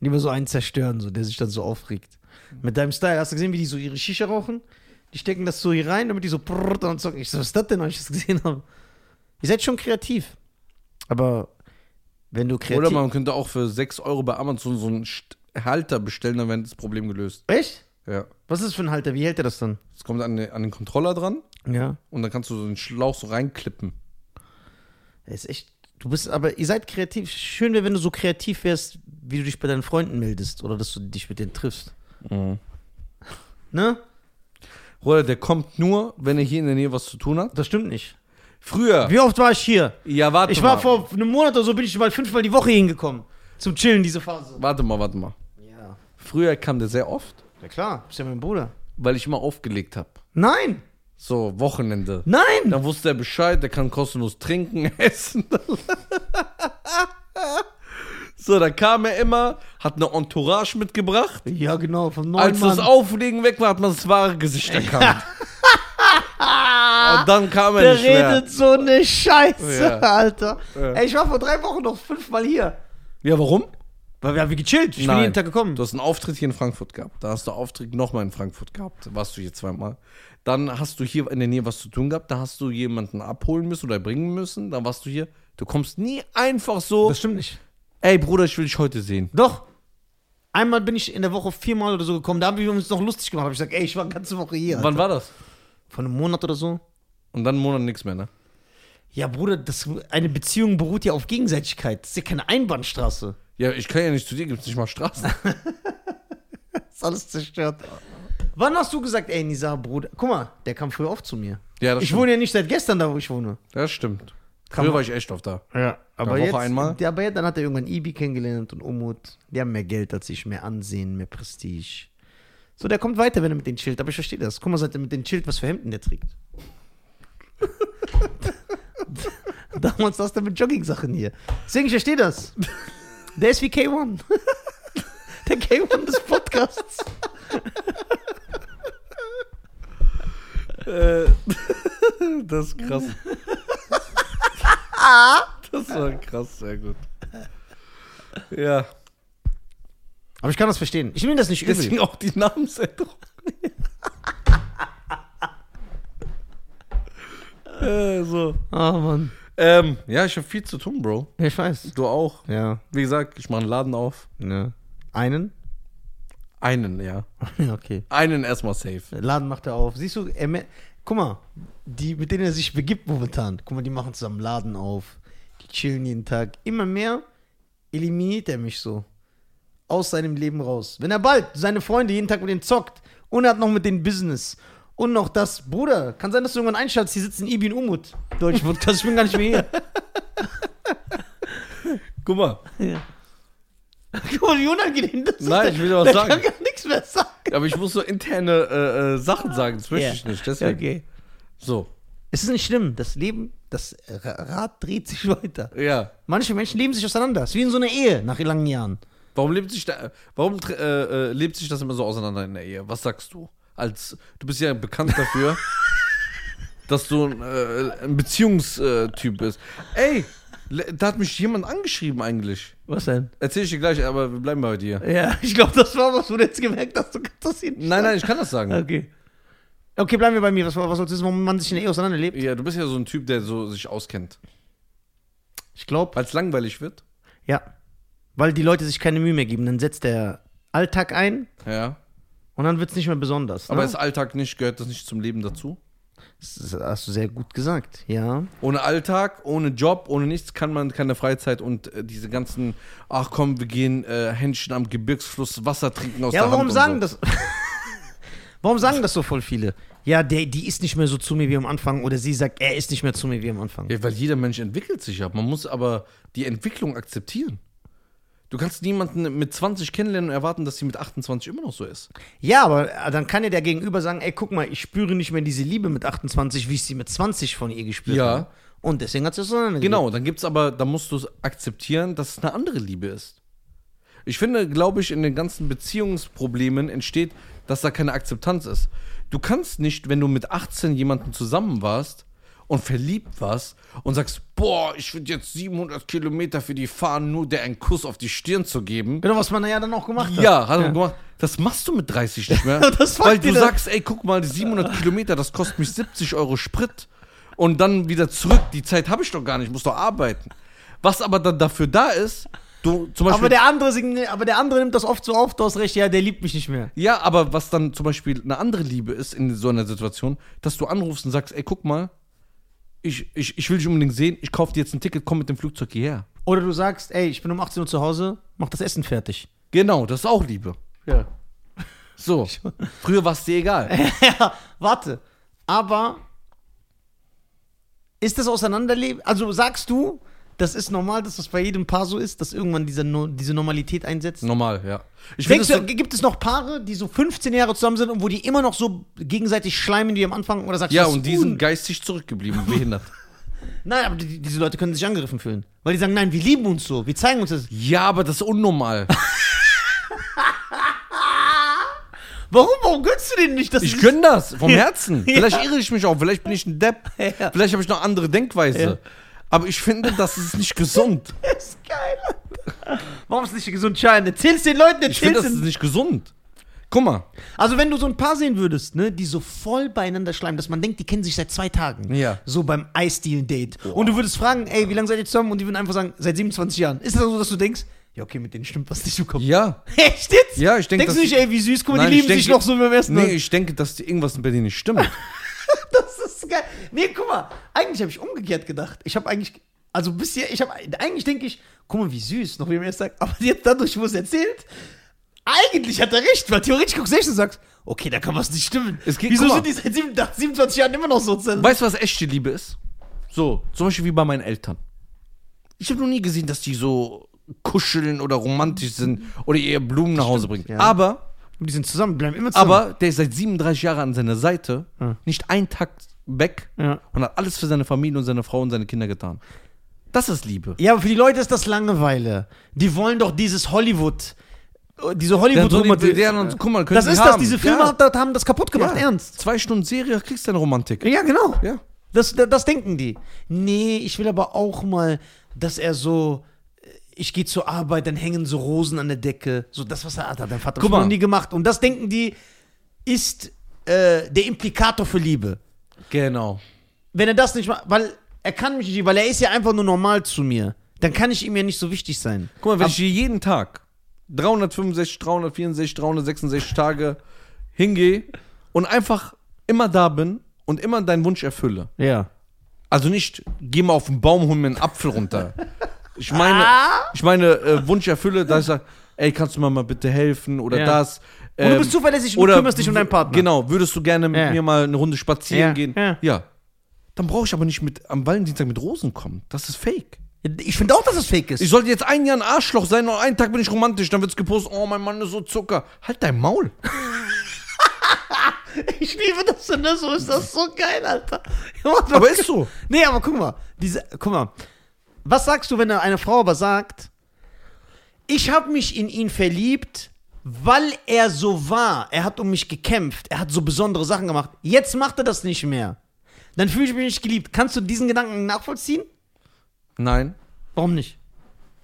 [SPEAKER 1] Lieber so einen zerstören, so, der sich dann so aufregt. Mit deinem Style. Hast du gesehen, wie die so ihre Shisha rauchen? Die stecken das so hier rein, damit die so prrrt und dann zocken. Ich so, was ist das denn, als ich das gesehen habe? Ihr seid schon kreativ. Aber wenn du kreativ...
[SPEAKER 2] Oder man könnte auch für 6 Euro bei Amazon so einen St Halter bestellen, dann wäre das Problem gelöst.
[SPEAKER 1] Echt?
[SPEAKER 2] Ja.
[SPEAKER 1] Was ist das für ein Halter? Wie hält er das dann?
[SPEAKER 2] Es kommt an, den- an den Controller dran
[SPEAKER 1] Ja.
[SPEAKER 2] und dann kannst du so den Schlauch so reinklippen.
[SPEAKER 1] Er ist echt... Du bist aber... Ihr seid kreativ. Schön wäre, wenn du so kreativ wärst, wie du dich bei deinen Freunden meldest. Oder dass du dich mit denen triffst. Mhm. Ne?
[SPEAKER 2] Bruder, der kommt nur, wenn er hier in der Nähe was zu tun hat.
[SPEAKER 1] Das stimmt nicht.
[SPEAKER 2] Früher.
[SPEAKER 1] Wie oft war ich hier?
[SPEAKER 2] Ja, warte
[SPEAKER 1] Ich war
[SPEAKER 2] mal.
[SPEAKER 1] vor einem Monat oder so, bin ich mal fünfmal die Woche hingekommen. Zum Chillen, diese Phase.
[SPEAKER 2] Warte mal, warte mal.
[SPEAKER 1] Ja.
[SPEAKER 2] Früher kam der sehr oft,
[SPEAKER 1] Ja klar, bist ja mein Bruder.
[SPEAKER 2] weil ich immer aufgelegt habe.
[SPEAKER 1] Nein!
[SPEAKER 2] So, Wochenende.
[SPEAKER 1] Nein!
[SPEAKER 2] Dann wusste er Bescheid, der kann kostenlos trinken, essen. so, da kam er immer, hat eine Entourage mitgebracht.
[SPEAKER 1] Ja, genau, vom neuen
[SPEAKER 2] Als das
[SPEAKER 1] Mann.
[SPEAKER 2] Auflegen weg war, hat man das wahre Gesicht erkannt. Und dann kam er
[SPEAKER 1] Der
[SPEAKER 2] nicht mehr.
[SPEAKER 1] redet so eine Scheiße,
[SPEAKER 2] Ja.
[SPEAKER 1] Alter.
[SPEAKER 2] Ja.
[SPEAKER 1] Ey, ich war vor drei Wochen noch fünfmal hier.
[SPEAKER 2] Ja, warum?
[SPEAKER 1] Weil wir haben gechillt. Ich bin jeden Tag gekommen.
[SPEAKER 2] Du hast einen Auftritt hier in Frankfurt gehabt. Da hast du Auftritt nochmal in Frankfurt gehabt. Warst du hier zweimal. Dann hast du hier in der Nähe was zu tun gehabt. Da hast du jemanden abholen müssen oder bringen müssen. Dann warst du hier. Du kommst nie einfach so.
[SPEAKER 1] stimmt nicht.
[SPEAKER 2] Ey, Bruder, ich will dich heute sehen.
[SPEAKER 1] Doch. Einmal bin ich in der Woche viermal oder so gekommen. Da haben wir uns noch lustig gemacht. Hab ich gesagt, ey, ich war ganze Woche hier.
[SPEAKER 2] Wann war das?
[SPEAKER 1] Vor einem Monat oder so.
[SPEAKER 2] Und dann einen Monat nichts mehr, ne?
[SPEAKER 1] Ja, Bruder, das, eine Beziehung beruht ja auf Gegenseitigkeit. Das ist ja keine Einbahnstraße.
[SPEAKER 2] Ja, ich kann ja nicht zu dir, gibt's nicht mal Straßen.
[SPEAKER 1] Das ist alles zerstört. Wann hast du gesagt, ey, Nisa, Bruder? Guck mal, der kam früher oft zu mir.
[SPEAKER 2] Ja, das
[SPEAKER 1] ich
[SPEAKER 2] stimmt.
[SPEAKER 1] wohne ja nicht seit gestern da, wo ich wohne.
[SPEAKER 2] das stimmt.
[SPEAKER 1] Kann
[SPEAKER 2] Früher
[SPEAKER 1] man-
[SPEAKER 2] war ich echt oft da.
[SPEAKER 1] Ja, aber
[SPEAKER 2] Eine Woche
[SPEAKER 1] jetzt,
[SPEAKER 2] einmal?
[SPEAKER 1] Ja, aber ja, dann hat er irgendwann Ibi kennengelernt und Umut. Die haben mehr Geld als ich, mehr Ansehen, mehr Prestige. So, der kommt weiter, wenn er mit den chillt. Aber ich verstehe das. Guck mal, seit er mit den chillt, was für Hemden der trägt. Damals saß der mit Jogging-Sachen hier. Deswegen, ich verstehe das. Der ist wie K1. Der K1 des Podcasts.
[SPEAKER 2] Äh, Das ist krass. das war krass, sehr gut. Ja.
[SPEAKER 1] Aber ich kann das verstehen. Ich nehme das nicht übel.
[SPEAKER 2] Deswegen auch die Namensänderung. äh, so.
[SPEAKER 1] Ah, Mann.
[SPEAKER 2] Ähm, ja, ich habe viel zu tun, Bro.
[SPEAKER 1] Ja, ich weiß.
[SPEAKER 2] Du auch.
[SPEAKER 1] Ja,
[SPEAKER 2] Wie gesagt, ich mache einen Laden auf.
[SPEAKER 1] ne. Einen?
[SPEAKER 2] Einen, ja.
[SPEAKER 1] Ja, okay.
[SPEAKER 2] Einen erstmal safe.
[SPEAKER 1] Der Laden macht er auf. Siehst du, er, mer- guck mal, die, mit denen er sich begibt momentan, guck mal, die machen zusammen Laden auf, die chillen jeden Tag. Immer mehr eliminiert er mich so aus seinem Leben raus. Wenn er bald seine Freunde jeden Tag mit denen zockt und er hat noch mit denen Business und noch das, Bruder, kann sein, dass du irgendwann einschaltest, hier sitzen Ibi und Umut. Deutsch Podcast, ich bin gar nicht mehr
[SPEAKER 2] Guck mal.
[SPEAKER 1] hier. Ja. Guck mal, wie unangenehm das ist.
[SPEAKER 2] Nein, ich will was
[SPEAKER 1] der
[SPEAKER 2] sagen.
[SPEAKER 1] kann gar nichts mehr sagen.
[SPEAKER 2] Aber ich muss so interne äh, äh, Sachen sagen, das möchte
[SPEAKER 1] Ja.
[SPEAKER 2] ich nicht. Deswegen. So.
[SPEAKER 1] Es ist nicht schlimm. Das Leben, das Ra- Rad dreht sich weiter.
[SPEAKER 2] Ja.
[SPEAKER 1] Manche Menschen leben sich auseinander. Es ist wie in so einer Ehe nach langen Jahren.
[SPEAKER 2] Warum lebt sich da, warum tr- äh, äh, lebt sich das immer so auseinander in der Ehe? Was sagst du? Als du bist ja bekannt dafür, dass du ein, äh, ein Beziehungstyp bist. Ey, le- da hat mich jemand angeschrieben eigentlich.
[SPEAKER 1] Was denn?
[SPEAKER 2] Erzähl ich dir gleich, aber wir bleiben bei dir.
[SPEAKER 1] Ja, ich glaube, das war was, wo du jetzt gemerkt hast, du kannst das hier nicht.
[SPEAKER 2] Nein, nein, ich kann das sagen.
[SPEAKER 1] Okay. Okay, bleiben wir bei mir. Was, was soll das wissen, warum man sich in der Ehe auseinanderlebt?
[SPEAKER 2] Ja, du bist ja so ein Typ, der so sich auskennt.
[SPEAKER 1] Ich glaube,
[SPEAKER 2] Weil es langweilig wird.
[SPEAKER 1] ja. Weil die Leute sich keine Mühe mehr geben. Dann setzt der Alltag ein
[SPEAKER 2] Ja.
[SPEAKER 1] und dann wird es nicht mehr besonders.
[SPEAKER 2] Aber
[SPEAKER 1] ne?
[SPEAKER 2] ist Alltag nicht, gehört das nicht zum Leben dazu?
[SPEAKER 1] das hast du sehr gut gesagt. Ja.
[SPEAKER 2] Ohne Alltag, ohne Job, ohne nichts kann man keine Freizeit und äh, diese ganzen, ach komm, wir gehen äh, Händchen am Gebirgsfluss Wasser trinken aus
[SPEAKER 1] Ja,
[SPEAKER 2] der
[SPEAKER 1] aber warum
[SPEAKER 2] Hand
[SPEAKER 1] sagen
[SPEAKER 2] und so.
[SPEAKER 1] das? warum sagen das so voll viele? Ja, der, die ist nicht mehr so zu mir wie am Anfang oder sie sagt, er ist nicht mehr zu mir wie am Anfang.
[SPEAKER 2] Ja, weil jeder Mensch entwickelt sich ja. Man muss aber die Entwicklung akzeptieren. Du kannst niemanden mit 20 kennenlernen und erwarten, dass sie mit 28 immer noch so ist.
[SPEAKER 1] Ja, aber äh, dann kann ja der Gegenüber sagen, ey, guck mal, ich spüre nicht mehr diese Liebe mit 28, wie ich sie mit 20 von ihr gespürt
[SPEAKER 2] Ja.
[SPEAKER 1] habe. Und deswegen hat sie es auseinandergelebt.
[SPEAKER 2] Genau, dann gibt's aber, da musst du es akzeptieren, dass es eine andere Liebe ist. Ich finde, glaube ich, in den ganzen Beziehungsproblemen entsteht, dass da keine Akzeptanz ist. Du kannst nicht, wenn du mit 18 jemanden zusammen warst und verliebt warst und sagst, boah, ich würde jetzt 700 Kilometer für die fahren, nur der einen Kuss auf die Stirn zu geben.
[SPEAKER 1] Genau, was man ja dann auch gemacht hat.
[SPEAKER 2] Ja, hat er gemacht. Das machst du mit 30 nicht mehr.
[SPEAKER 1] Das fuckt
[SPEAKER 2] weil
[SPEAKER 1] die
[SPEAKER 2] du
[SPEAKER 1] dann.
[SPEAKER 2] sagst, ey, guck mal, die 700 Kilometer, das kostet mich 70 Euro Sprit. Und dann wieder zurück. Die Zeit habe ich doch gar nicht, ich muss doch arbeiten. Was aber dann dafür da ist, du zum Beispiel.
[SPEAKER 1] Aber der, andere, sign- aber der andere nimmt das oft so auf, du hast recht, ja, der liebt mich nicht mehr.
[SPEAKER 2] ja, aber was dann zum Beispiel eine andere Liebe ist in so einer Situation, dass du anrufst und sagst, ey, guck mal, ich, ich, ich will dich unbedingt sehen, ich kaufe dir jetzt ein Ticket, komm mit dem Flugzeug hierher.
[SPEAKER 1] Oder du sagst, ey, ich bin um 18 Uhr zu Hause, mach das Essen fertig.
[SPEAKER 2] Genau, das ist auch Liebe.
[SPEAKER 1] Ja.
[SPEAKER 2] So. Früher war es dir egal.
[SPEAKER 1] ja, warte. Aber ist das Auseinanderleben? Also sagst du, das ist normal, dass das bei jedem Paar so ist, dass irgendwann diese, no diese Normalität einsetzt?
[SPEAKER 2] Normal, ja. Ich
[SPEAKER 1] Denkst
[SPEAKER 2] find
[SPEAKER 1] du,
[SPEAKER 2] es so-
[SPEAKER 1] gibt es noch Paare, die so 15 Jahre zusammen sind und wo die immer noch so gegenseitig schleimen wie am Anfang? Oder sagst
[SPEAKER 2] ja,
[SPEAKER 1] du, das
[SPEAKER 2] und
[SPEAKER 1] ist
[SPEAKER 2] die sind
[SPEAKER 1] un-
[SPEAKER 2] geistig zurückgeblieben, behindert.
[SPEAKER 1] Nein, aber die, diese Leute können sich angegriffen fühlen. Weil die sagen, nein, wir lieben uns so, wir zeigen uns das.
[SPEAKER 2] Ja, aber das ist unnormal.
[SPEAKER 1] Warum, warum gönnst du denen nicht das?
[SPEAKER 2] Ich gönne das vom Herzen.
[SPEAKER 1] Ja.
[SPEAKER 2] Vielleicht irre ich mich auch, vielleicht bin ich ein Depp,
[SPEAKER 1] Ja.
[SPEAKER 2] vielleicht habe ich noch andere Denkweise.
[SPEAKER 1] Ja.
[SPEAKER 2] Aber ich finde, das ist nicht gesund.
[SPEAKER 1] das ist geil. warum ist nicht gesund, Schein? Erzähl's den Leuten,
[SPEAKER 2] Ich finde,
[SPEAKER 1] erzähl's
[SPEAKER 2] das ist
[SPEAKER 1] den.
[SPEAKER 2] nicht gesund. Guck mal.
[SPEAKER 1] Also wenn du so ein Paar sehen würdest, ne, die so voll beieinander schleimen, dass man denkt, die kennen sich seit zwei Tagen.
[SPEAKER 2] Ja.
[SPEAKER 1] So beim Eisdealen-Date. Und du würdest fragen, ey, wie lange seid ihr zusammen? Und die würden einfach sagen, seit 27 Jahren. Ist das so, dass du denkst, ja, okay, mit denen stimmt was nicht so kommt.
[SPEAKER 2] Ja.
[SPEAKER 1] Echt jetzt?
[SPEAKER 2] Ja, ich denk,
[SPEAKER 1] Denkst du
[SPEAKER 2] dass-
[SPEAKER 1] nicht, ey, wie süß, guck mal,
[SPEAKER 2] Nein,
[SPEAKER 1] die
[SPEAKER 2] ich
[SPEAKER 1] lieben
[SPEAKER 2] denk-
[SPEAKER 1] sich noch so wie beim ersten
[SPEAKER 2] Nee,
[SPEAKER 1] Mal.
[SPEAKER 2] ich denke, dass dir irgendwas bei dir nicht stimmt.
[SPEAKER 1] das ist geil. Nee, guck mal, eigentlich habe ich umgekehrt gedacht. Ich habe eigentlich, also bisher, ich habe, eigentlich denke ich, guck mal, wie süß, noch wie man jetzt sagt, aber jetzt dadurch, wo es erzählt, eigentlich hat er recht, weil theoretisch guckst du echt und sagst, okay, da kann was nicht stimmen.
[SPEAKER 2] Es geht-
[SPEAKER 1] Wieso sind
[SPEAKER 2] guck mal.
[SPEAKER 1] die seit 27, 27 Jahren immer noch so zusammen?
[SPEAKER 2] Weißt du, was echte Liebe ist? So, zum Beispiel wie bei meinen Eltern. Ich habe noch nie gesehen, dass die so kuscheln oder romantisch sind oder ihr Blumen nach Hause bringen.
[SPEAKER 1] ja.
[SPEAKER 2] Aber
[SPEAKER 1] Die sind zusammen, bleiben immer zusammen.
[SPEAKER 2] Aber der ist seit 37 Jahren an seiner Seite,
[SPEAKER 1] Ja.
[SPEAKER 2] nicht einen Tag weg
[SPEAKER 1] Ja.
[SPEAKER 2] und hat alles für seine Familie und seine Frau und seine Kinder getan. Das ist Liebe.
[SPEAKER 1] Ja, aber für die Leute ist das Langeweile. Die wollen doch dieses Hollywood, äh, diese
[SPEAKER 2] Der hat so
[SPEAKER 1] Hollywood-Nummer.
[SPEAKER 2] die- der hat uns- guck mal, können
[SPEAKER 1] das
[SPEAKER 2] sie
[SPEAKER 1] ist
[SPEAKER 2] haben.
[SPEAKER 1] das, diese Filme
[SPEAKER 2] Ja.
[SPEAKER 1] hat- das haben das kaputt gemacht,
[SPEAKER 2] Ja.
[SPEAKER 1] ernst.
[SPEAKER 2] Zwei Stunden Serie kriegst deine Romantik.
[SPEAKER 1] Ja, genau.
[SPEAKER 2] Ja.
[SPEAKER 1] Das, das, das denken die. Nee, ich will aber auch mal, dass er so, äh, ich gehe zur Arbeit, dann hängen so Rosen an der Decke. So das, was er hat, hat dein Vater
[SPEAKER 2] Guck
[SPEAKER 1] schon
[SPEAKER 2] mal.
[SPEAKER 1] noch nie gemacht. Und das denken die, ist äh, der Implikator für Liebe.
[SPEAKER 2] Genau.
[SPEAKER 1] Wenn er das nicht macht, weil er kann mich nicht, weil er ist ja einfach nur normal zu mir. Dann kann ich ihm ja nicht so wichtig sein.
[SPEAKER 2] Guck mal, wenn ich hier jeden Tag 365, 364, 366 Tage hingehe und einfach immer da bin und immer deinen Wunsch erfülle.
[SPEAKER 1] Ja.
[SPEAKER 2] Also nicht, geh mal auf den Baum, hol mir einen Apfel runter. Ich meine,
[SPEAKER 1] Ah!
[SPEAKER 2] ich meine äh, Wunsch erfülle, dass ich sage, ey, kannst du mir mal bitte helfen oder
[SPEAKER 1] Ja.
[SPEAKER 2] das.
[SPEAKER 1] Und du
[SPEAKER 2] ähm,
[SPEAKER 1] bist zuverlässig und du
[SPEAKER 2] oder
[SPEAKER 1] kümmerst dich um deinen Partner.
[SPEAKER 2] Genau, würdest du gerne mit
[SPEAKER 1] Ja.
[SPEAKER 2] mir mal eine Runde spazieren
[SPEAKER 1] Ja,
[SPEAKER 2] gehen?
[SPEAKER 1] ja.
[SPEAKER 2] Dann brauche ich aber nicht mit am Valentinstag mit Rosen kommen. Das ist fake.
[SPEAKER 1] Ich finde auch, dass es fake ist.
[SPEAKER 2] Ich sollte jetzt ein Jahr ein Arschloch sein und einen Tag bin ich romantisch, dann wird's gepostet, oh, mein Mann ist so Zucker. Halt dein Maul.
[SPEAKER 1] Ich liebe das denn, ne? so ist das so geil, Alter.
[SPEAKER 2] Aber ist so.
[SPEAKER 1] Nee, aber guck mal, diese, guck mal. Was sagst du, wenn eine Frau aber sagt, ich habe mich in ihn verliebt, weil er so war. Er hat um mich gekämpft. Er hat so besondere Sachen gemacht. Jetzt macht er das nicht mehr. Dann fühle ich mich nicht geliebt. Kannst du diesen Gedanken nachvollziehen?
[SPEAKER 2] Nein,
[SPEAKER 1] Warum nicht?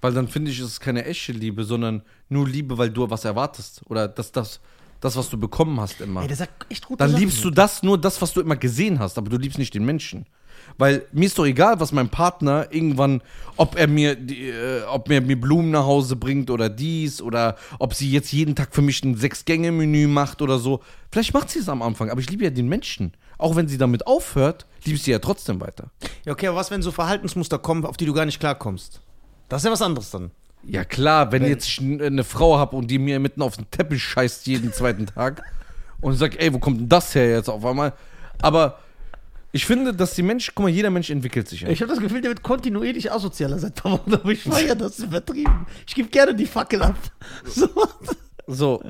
[SPEAKER 2] weil dann finde ich, es ist keine echte Liebe, sondern nur Liebe, weil du was erwartest. Oder das, das, das was du bekommen hast immer.
[SPEAKER 1] Ey, der sagt echt gut.
[SPEAKER 2] dann liebst du das nur das, was du immer gesehen hast, aber du liebst nicht den Menschen. Weil mir ist doch egal, was mein Partner irgendwann, ob er mir, die, äh, ob er mir Blumen nach Hause bringt oder dies oder ob sie jetzt jeden Tag für mich ein Sechs-Gänge-Menü macht oder so. Vielleicht macht sie es am Anfang, aber ich liebe ja den Menschen. Auch wenn sie damit aufhört, liebe ich sie ja trotzdem weiter.
[SPEAKER 1] Ja, okay, aber was, wenn so Verhaltensmuster kommen, auf die du gar nicht klarkommst? Das ist ja was anderes dann.
[SPEAKER 2] Ja klar, wenn, jetzt ich n- eine Frau habe und die mir mitten auf den Teppich scheißt jeden zweiten Tag und sagt, ey, wo kommt denn das her jetzt auf einmal? Aber ich finde, dass die Menschen, guck mal, jeder Mensch entwickelt sich ja.
[SPEAKER 1] Ich habe das Gefühl, der wird kontinuierlich asozialer seit paar Wochen, aber ich feiere das übertrieben. Ich gebe gerne die Fackel ab. So.
[SPEAKER 2] So.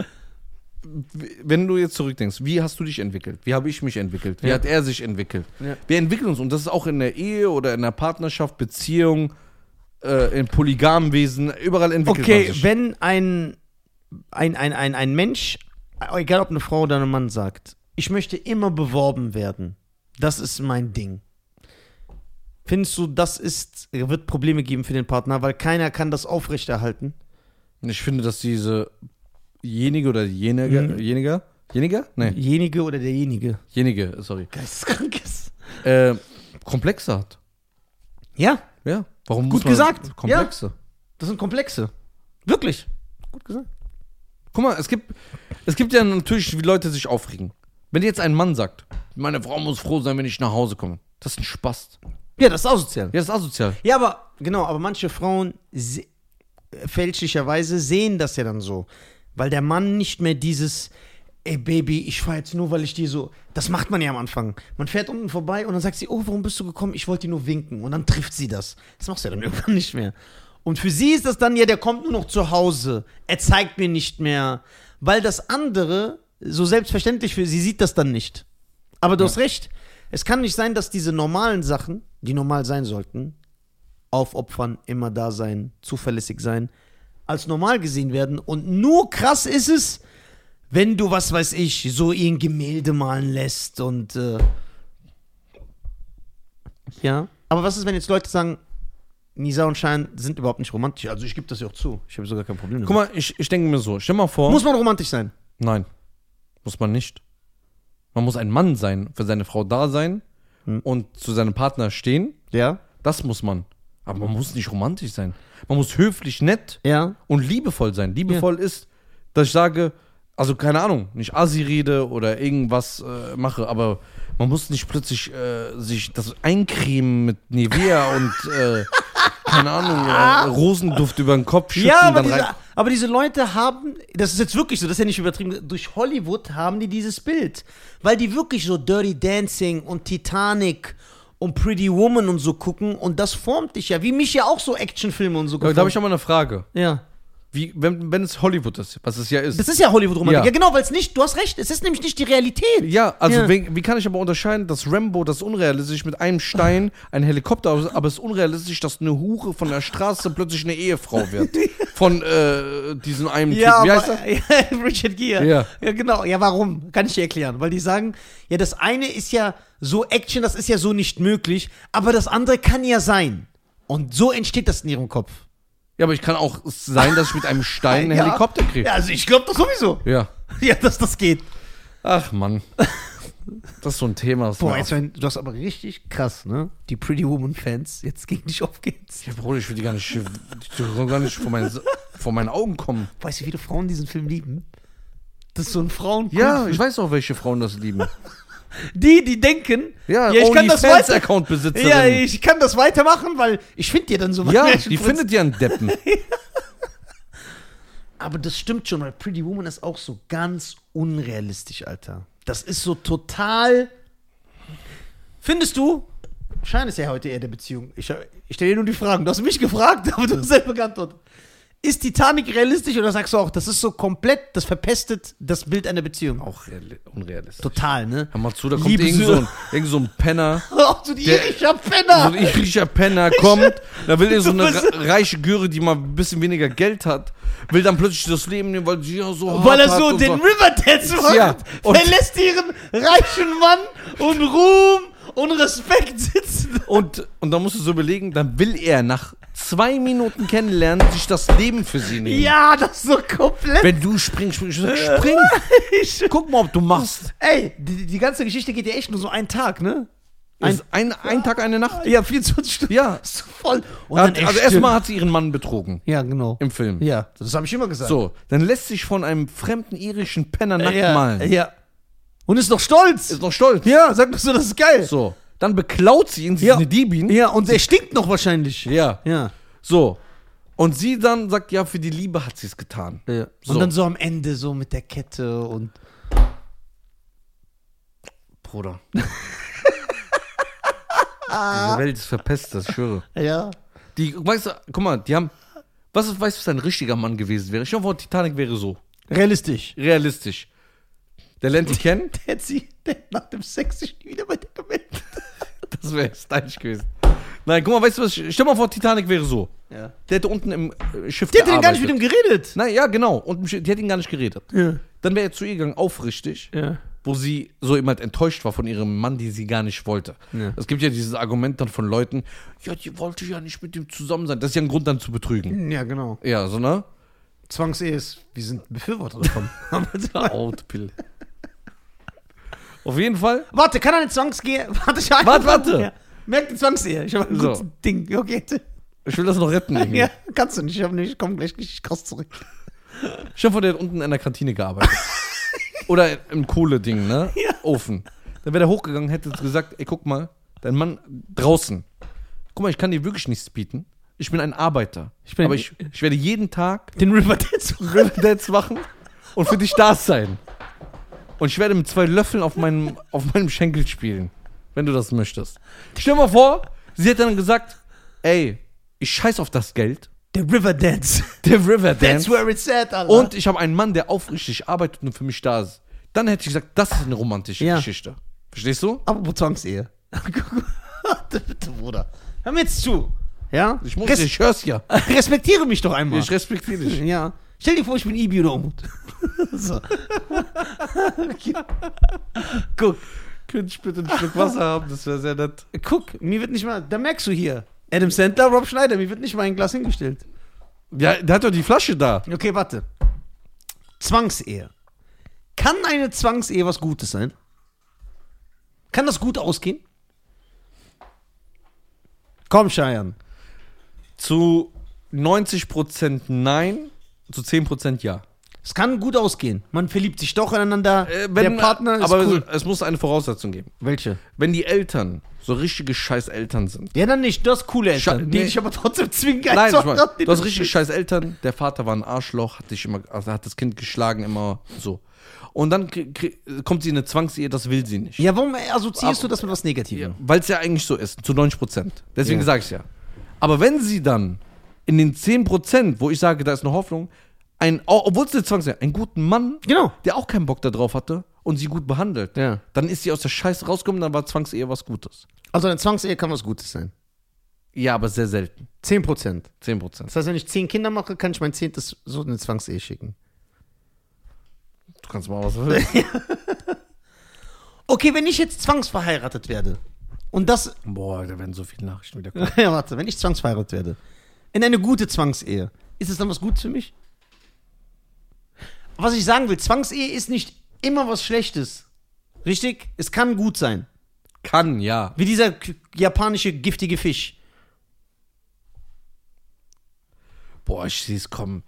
[SPEAKER 2] w- Wenn du jetzt zurückdenkst, wie hast du dich entwickelt? Wie habe ich mich entwickelt? Wie
[SPEAKER 1] Ja.
[SPEAKER 2] hat er sich entwickelt?
[SPEAKER 1] Ja.
[SPEAKER 2] Wir entwickeln uns und das ist auch in der Ehe oder in der Partnerschaft, Beziehung, äh, in Polygamwesen, überall entwickelt
[SPEAKER 1] Okay,
[SPEAKER 2] man sich.
[SPEAKER 1] wenn ein, ein, ein, ein, ein Mensch, egal ob eine Frau oder ein Mann, sagt, ich möchte immer beworben werden, das ist mein Ding. Findest du, das ist, wird Probleme geben für den Partner, weil keiner kann das aufrechterhalten?
[SPEAKER 2] Ich finde, dass diesejenige oder jenige,
[SPEAKER 1] Mhm.
[SPEAKER 2] jeniger, jeniger? Nee,
[SPEAKER 1] Jenige oder derjenige?
[SPEAKER 2] jenige, sorry.
[SPEAKER 1] Geisteskrank ist.
[SPEAKER 2] Äh, komplexer hat.
[SPEAKER 1] Ja,
[SPEAKER 2] Ja. Warum
[SPEAKER 1] Gut
[SPEAKER 2] muss man
[SPEAKER 1] gesagt.
[SPEAKER 2] Komplexe.
[SPEAKER 1] das sind Komplexe. Wirklich. Gut gesagt.
[SPEAKER 2] Guck mal, es gibt, es gibt ja natürlich, wie Leute sich aufregen. Wenn jetzt ein Mann sagt, meine Frau muss froh sein, wenn ich nach Hause komme. Das ist ein Spaß.
[SPEAKER 1] Ja, das ist asozial.
[SPEAKER 2] Ja, das ist asozial.
[SPEAKER 1] Ja, aber genau, aber manche Frauen se äh, fälschlicherweise sehen das ja dann so, weil der Mann nicht mehr dieses Ey Baby, ich fahr jetzt nur, weil ich dir so. Das macht man ja am Anfang. Man fährt unten vorbei und dann sagt sie, oh, warum bist du gekommen? Ich wollte dir nur winken. Und dann trifft sie das. Das machst du ja dann irgendwann nicht mehr. Und für sie ist das dann, ja, der kommt nur noch zu Hause. Er zeigt mir nicht mehr. Weil das andere so selbstverständlich für sie sieht das dann nicht. Aber du hast recht. Es kann nicht sein, dass diese normalen Sachen, die normal sein sollten, aufopfern, immer da sein, zuverlässig sein, als normal gesehen werden. Und nur krass ist es, wenn du, was weiß ich, so ihr ein Gemälde malen lässt und. Äh, ja. Aber was ist, wenn jetzt Leute sagen, Nisa und Schein sind überhaupt nicht romantisch? Also, ich gebe das ja auch zu. Ich habe sogar kein Problem damit.
[SPEAKER 2] Guck mal, ich, ich denke mir so, stell mal vor.
[SPEAKER 1] Muss man romantisch sein?
[SPEAKER 2] nein, muss man nicht. Man muss ein Mann sein, für seine Frau da sein
[SPEAKER 1] Hm.
[SPEAKER 2] und zu seinem Partner stehen.
[SPEAKER 1] Ja.
[SPEAKER 2] Das muss man. Aber man muss nicht romantisch sein. Man muss höflich, nett
[SPEAKER 1] Ja.
[SPEAKER 2] und liebevoll sein. Liebevoll ist, dass ich sage, also keine Ahnung, nicht Asi rede oder irgendwas äh, mache, aber Man muss nicht plötzlich äh, sich das eincremen mit Nivea und äh, keine Ahnung, äh, Rosenduft über den Kopf schütten.
[SPEAKER 1] Ja, aber
[SPEAKER 2] dann rein.
[SPEAKER 1] diese, aber diese Leute haben, das ist jetzt wirklich so, das ist ja nicht übertrieben, durch Hollywood haben die dieses Bild. Weil die wirklich so Dirty Dancing und Titanic und Pretty Woman und so gucken und das formt dich ja, wie mich ja auch so Actionfilme und so
[SPEAKER 2] Ja,
[SPEAKER 1] geformt.
[SPEAKER 2] da habe ich noch mal eine Frage.
[SPEAKER 1] ja.
[SPEAKER 2] Wie, wenn, wenn es Hollywood ist, was es ja ist.
[SPEAKER 1] Das ist ja Hollywood-Romantik. Ja.
[SPEAKER 2] Ja.
[SPEAKER 1] genau, weil es nicht, du hast recht, es ist nämlich nicht die Realität.
[SPEAKER 2] ja, also
[SPEAKER 1] Ja.
[SPEAKER 2] Wie, wie kann ich aber unterscheiden, dass Rambo das ist unrealistisch mit einem Stein ein Helikopter, aber- aber es ist unrealistisch, dass eine Hure von der Straße plötzlich eine Ehefrau wird. Von äh, diesem einen Typ. Wie heißt das?
[SPEAKER 1] ja, Richard Gere.
[SPEAKER 2] Ja.
[SPEAKER 1] ja, genau. Ja, warum? Kann ich dir erklären. Weil die sagen, ja, das eine ist ja so Action, das ist ja so nicht möglich, aber das andere kann ja sein. Und so entsteht das in ihrem Kopf.
[SPEAKER 2] Ja, aber ich kann auch sein, dass ich mit einem Stein einen
[SPEAKER 1] ja.
[SPEAKER 2] Helikopter kriege.
[SPEAKER 1] Ja, also ich glaube das sowieso.
[SPEAKER 2] Ja.
[SPEAKER 1] Ja, dass das geht.
[SPEAKER 2] Ach Mann. Das ist so ein Thema. Das
[SPEAKER 1] Boah,
[SPEAKER 2] nervt.
[SPEAKER 1] jetzt, wenn- du hast aber richtig krass, ne? Die Pretty Woman-Fans, jetzt gegen dich auf geht's.
[SPEAKER 2] ja, Bruder, ich will die gar nicht, die soll gar nicht vor, meinen, vor meinen Augen kommen.
[SPEAKER 1] Weißt du, wie viele Frauen diesen Film lieben? Das ist so ein Frauen.
[SPEAKER 2] Ja, ich weiß auch, welche Frauen das lieben.
[SPEAKER 1] Die, die denken,
[SPEAKER 2] Ja,
[SPEAKER 1] ich kann das
[SPEAKER 2] Fans
[SPEAKER 1] weiter.
[SPEAKER 2] account besitzerin
[SPEAKER 1] Ja,
[SPEAKER 2] Ja,
[SPEAKER 1] ich kann das weitermachen, weil ich finde dir dann so
[SPEAKER 2] die findet ja einen Deppen.
[SPEAKER 1] Aber das stimmt schon, weil Pretty Woman ist auch so ganz unrealistisch, Alter. Das ist so total. Findest du? Schein ist ja heute eher der Beziehung. Ich, ich stelle dir nur die Fragen. Du hast mich gefragt, aber du hast selber geantwortet. Ist Titanic realistisch oder sagst du auch, das ist so komplett, das verpestet das Bild einer Beziehung?
[SPEAKER 2] Auch reali- unrealistisch.
[SPEAKER 1] Total, ne?
[SPEAKER 2] Hör mal zu, da kommt
[SPEAKER 1] Liebe
[SPEAKER 2] irgend
[SPEAKER 1] Sö-
[SPEAKER 2] so, ein, irgend so ein Penner,
[SPEAKER 1] Auch so die
[SPEAKER 2] Der-
[SPEAKER 1] irischer
[SPEAKER 2] so
[SPEAKER 1] Penner!
[SPEAKER 2] ein irischer Penner kommt, da will irgend so
[SPEAKER 1] Du
[SPEAKER 2] eine
[SPEAKER 1] bist-
[SPEAKER 2] re- reiche Göre, die mal ein bisschen weniger Geld hat, will dann plötzlich das Leben nehmen, weil sie ja so hart
[SPEAKER 1] Weil er
[SPEAKER 2] hat
[SPEAKER 1] so
[SPEAKER 2] und
[SPEAKER 1] den Riverdance macht,
[SPEAKER 2] Ja, und-
[SPEAKER 1] verlässt ihren reichen Mann und Ruhm und Respekt sitzen.
[SPEAKER 2] Und, und da musst du so überlegen, dann will er nach zwei Minuten kennenlernen, sich das Leben für sie nehmen.
[SPEAKER 1] Ja, das ist so komplett.
[SPEAKER 2] Wenn du springst, springst, springst, spring. Guck mal, ob du machst.
[SPEAKER 1] Ey, die, die ganze Geschichte geht ja echt nur so einen Tag, ne?
[SPEAKER 2] Ein,
[SPEAKER 1] Ein,
[SPEAKER 2] ist ein, ein Tag, eine Nacht.
[SPEAKER 1] ja, 24 Stunden.
[SPEAKER 2] Ja.
[SPEAKER 1] Das ist so voll. Und
[SPEAKER 2] Hat,
[SPEAKER 1] dann
[SPEAKER 2] also
[SPEAKER 1] echt-
[SPEAKER 2] erstmal hat sie ihren Mann betrogen
[SPEAKER 1] Ja, genau.
[SPEAKER 2] im Film.
[SPEAKER 1] Ja, das habe ich immer gesagt.
[SPEAKER 2] So, dann lässt sich von einem fremden irischen Penner nackt
[SPEAKER 1] ja,
[SPEAKER 2] malen.
[SPEAKER 1] Ja. Und ist noch stolz.
[SPEAKER 2] Ist noch stolz.
[SPEAKER 1] ja, sag doch so, das ist geil.
[SPEAKER 2] So, dann beklaut sie ihn, sie
[SPEAKER 1] Ja.
[SPEAKER 2] ist eine Diebin.
[SPEAKER 1] Ja, und er stinkt noch wahrscheinlich.
[SPEAKER 2] Ja.
[SPEAKER 1] Ja.
[SPEAKER 2] So. Und sie dann sagt, ja, für die Liebe hat sie es getan. So.
[SPEAKER 1] Und dann so am Ende, so mit der Kette und.
[SPEAKER 2] Bruder. Diese Welt ist verpestet, ich schwöre.
[SPEAKER 1] Ja.
[SPEAKER 2] Die, weißt du, guck mal, die haben. Was ist, weißt du, was ein richtiger Mann gewesen wäre? Ich hoffe, Titanic wäre so.
[SPEAKER 1] Realistisch.
[SPEAKER 2] Realistisch. Der lernt die kennen,
[SPEAKER 1] Der hat sie der hat nach dem Sex sich nie wieder bei dir gemeldet.
[SPEAKER 2] das wäre stylisch gewesen. Nein, guck mal, weißt du was? Stell mal vor, Titanic wäre so.
[SPEAKER 1] Ja.
[SPEAKER 2] Der hätte unten im äh, Schiff
[SPEAKER 1] Die hat denn gar nicht mit
[SPEAKER 2] gearbeitet.
[SPEAKER 1] ihm geredet.
[SPEAKER 2] Nein, ja, genau. Und im Schiff- die hätte ihn gar nicht geredet.
[SPEAKER 1] Ja.
[SPEAKER 2] Dann wäre er zu ihr gegangen, aufrichtig,
[SPEAKER 1] Ja.
[SPEAKER 2] wo sie so immer halt enttäuscht war von ihrem Mann, die sie gar nicht wollte.
[SPEAKER 1] Ja.
[SPEAKER 2] Es gibt ja dieses Argument dann von Leuten, ja, die wollte ja nicht mit ihm zusammen sein. Das ist ja ein Grund dann zu betrügen.
[SPEAKER 1] Ja, genau.
[SPEAKER 2] Ja, so, ne?
[SPEAKER 1] Zwangsehe ist, wir sind Befürworter davon.
[SPEAKER 2] Hautpille. Auf jeden Fall.
[SPEAKER 1] warte, kann eine Zwangsehe? Warte, ich
[SPEAKER 2] Warte, warte.
[SPEAKER 1] Ja. Merk die Zwangsehe. Ich habe ein
[SPEAKER 2] So. Mhm.
[SPEAKER 1] gutes Ding. Okay.
[SPEAKER 2] Ich will das noch retten. irgendwie.
[SPEAKER 1] Ja, kannst du nicht. Ich, hab nicht- ich komme gleich richtig krass zurück.
[SPEAKER 2] Ich hoffe, der hat unten in der Kantine gearbeitet. Oder im Kohleding, ne?
[SPEAKER 1] Ja.
[SPEAKER 2] Ofen. Dann wäre der hochgegangen, hätte gesagt, ey, guck mal, dein Mann draußen. Guck mal, ich kann dir wirklich nichts bieten. Ich bin ein Arbeiter.
[SPEAKER 1] Ich bin-
[SPEAKER 2] aber ich, ich werde jeden Tag
[SPEAKER 1] Den River Dead zurück.
[SPEAKER 2] Riverdance machen und für dich da sein. Und ich werde mit zwei Löffeln auf meinem, auf meinem Schenkel spielen, wenn du das möchtest. Stell dir mal vor, sie hätte dann gesagt, ey, ich scheiß auf das Geld.
[SPEAKER 1] Der River Dance.
[SPEAKER 2] Der Riverdance.
[SPEAKER 1] That's where ne? it's at, Alter.
[SPEAKER 2] Und ich habe einen Mann, der aufrichtig arbeitet und für mich da ist. Dann hätte ich gesagt, das ist eine romantische
[SPEAKER 1] Ja.
[SPEAKER 2] Geschichte. Verstehst du?
[SPEAKER 1] Apropos Zwangsehe. Warte, bitte, Bruder. Hör mir jetzt zu. Ja?
[SPEAKER 2] Ich muss,
[SPEAKER 1] Res
[SPEAKER 2] ich hör's ja.
[SPEAKER 1] respektiere mich doch einmal.
[SPEAKER 2] Ich respektiere dich.
[SPEAKER 1] ja. Stell dir vor, ich bin Ibi oder Umut. so. Guck.
[SPEAKER 2] Könnte ich bitte ein Stück Wasser haben? Das wäre sehr nett.
[SPEAKER 1] Guck, mir wird nicht mal, da merkst du hier. Adam Sandler, Rob Schneider, mir wird nicht mal ein Glas hingestellt.
[SPEAKER 2] Ja, der hat doch die Flasche da.
[SPEAKER 1] Okay, warte. Zwangsehe. Kann eine Zwangsehe was Gutes sein? Kann das gut ausgehen? Komm, Scheiern.
[SPEAKER 2] Zu 90% nein, zu 10% ja.
[SPEAKER 1] Es kann gut ausgehen. Man verliebt sich doch ineinander.
[SPEAKER 2] Äh,
[SPEAKER 1] der Partner ist
[SPEAKER 2] aber
[SPEAKER 1] cool.
[SPEAKER 2] es, es muss eine Voraussetzung geben.
[SPEAKER 1] Welche?
[SPEAKER 2] Wenn die Eltern so richtige scheiß Eltern sind.
[SPEAKER 1] Ja, dann nicht. Du hast coole Eltern,
[SPEAKER 2] Scha-
[SPEAKER 1] die
[SPEAKER 2] nee.
[SPEAKER 1] dich aber trotzdem zwingen.
[SPEAKER 2] Nein, ich
[SPEAKER 1] einfach
[SPEAKER 2] meine,
[SPEAKER 1] nach
[SPEAKER 2] du
[SPEAKER 1] denen
[SPEAKER 2] hast richtig scheiß Eltern. Der Vater war ein Arschloch, hat dich immer, also hat das Kind geschlagen, immer so. Und dann krie- krie- kommt sie in eine Zwangsehe, das will sie nicht.
[SPEAKER 1] Ja, warum assoziierst du das mit was Negativem?
[SPEAKER 2] Weil es Ah, ja eigentlich so ist, zu 90 Prozent. Deswegen
[SPEAKER 1] Ja.
[SPEAKER 2] sage ich ja. Aber wenn sie dann in den 10 Prozent, wo ich sage, da ist eine Hoffnung, ein, oh, obwohl es eine Zwangsehe, einen guten Mann,
[SPEAKER 1] Genau.
[SPEAKER 2] der auch keinen Bock darauf hatte und sie gut behandelt,
[SPEAKER 1] Ja.
[SPEAKER 2] dann ist sie aus der Scheiße rausgekommen, dann war Zwangsehe was Gutes.
[SPEAKER 1] Also eine Zwangsehe kann was Gutes sein.
[SPEAKER 2] Ja, aber sehr selten.
[SPEAKER 1] 10 Prozent.
[SPEAKER 2] 10 Prozent.
[SPEAKER 1] Das heißt, wenn ich 10 Kinder mache, kann ich mein zehntes so eine Zwangsehe schicken.
[SPEAKER 2] Du kannst mal was willst.
[SPEAKER 1] Okay, wenn ich jetzt zwangsverheiratet werde und das,
[SPEAKER 2] Boah, da werden so viele Nachrichten wieder kommen.
[SPEAKER 1] ja warte, wenn ich zwangsverheiratet werde, in eine gute Zwangsehe, ist es dann was Gutes für mich? Was ich sagen will, Zwangsehe ist nicht immer was Schlechtes. Richtig? Es kann gut sein.
[SPEAKER 2] Kann, ja.
[SPEAKER 1] Wie dieser k- japanische giftige Fisch.
[SPEAKER 2] Boah, ich sehe es kommen.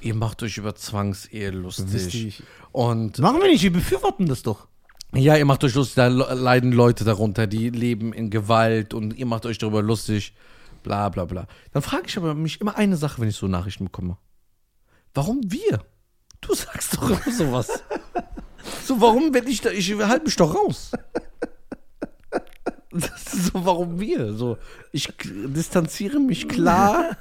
[SPEAKER 2] Ihr macht euch über Zwangsehe lustig.
[SPEAKER 1] Lustig.
[SPEAKER 2] Und
[SPEAKER 1] Machen wir nicht, wir befürworten das doch.
[SPEAKER 2] Ja, ihr macht euch lustig, da le- leiden Leute darunter, die leben in Gewalt und ihr macht euch darüber lustig, bla bla bla. Dann frage ich aber mich immer eine Sache, wenn ich so Nachrichten bekomme. Warum wir? Du sagst doch immer sowas. so, warum bin ich da, ich halte mich doch raus. Das ist so, warum wir? So, ich k- distanziere mich klar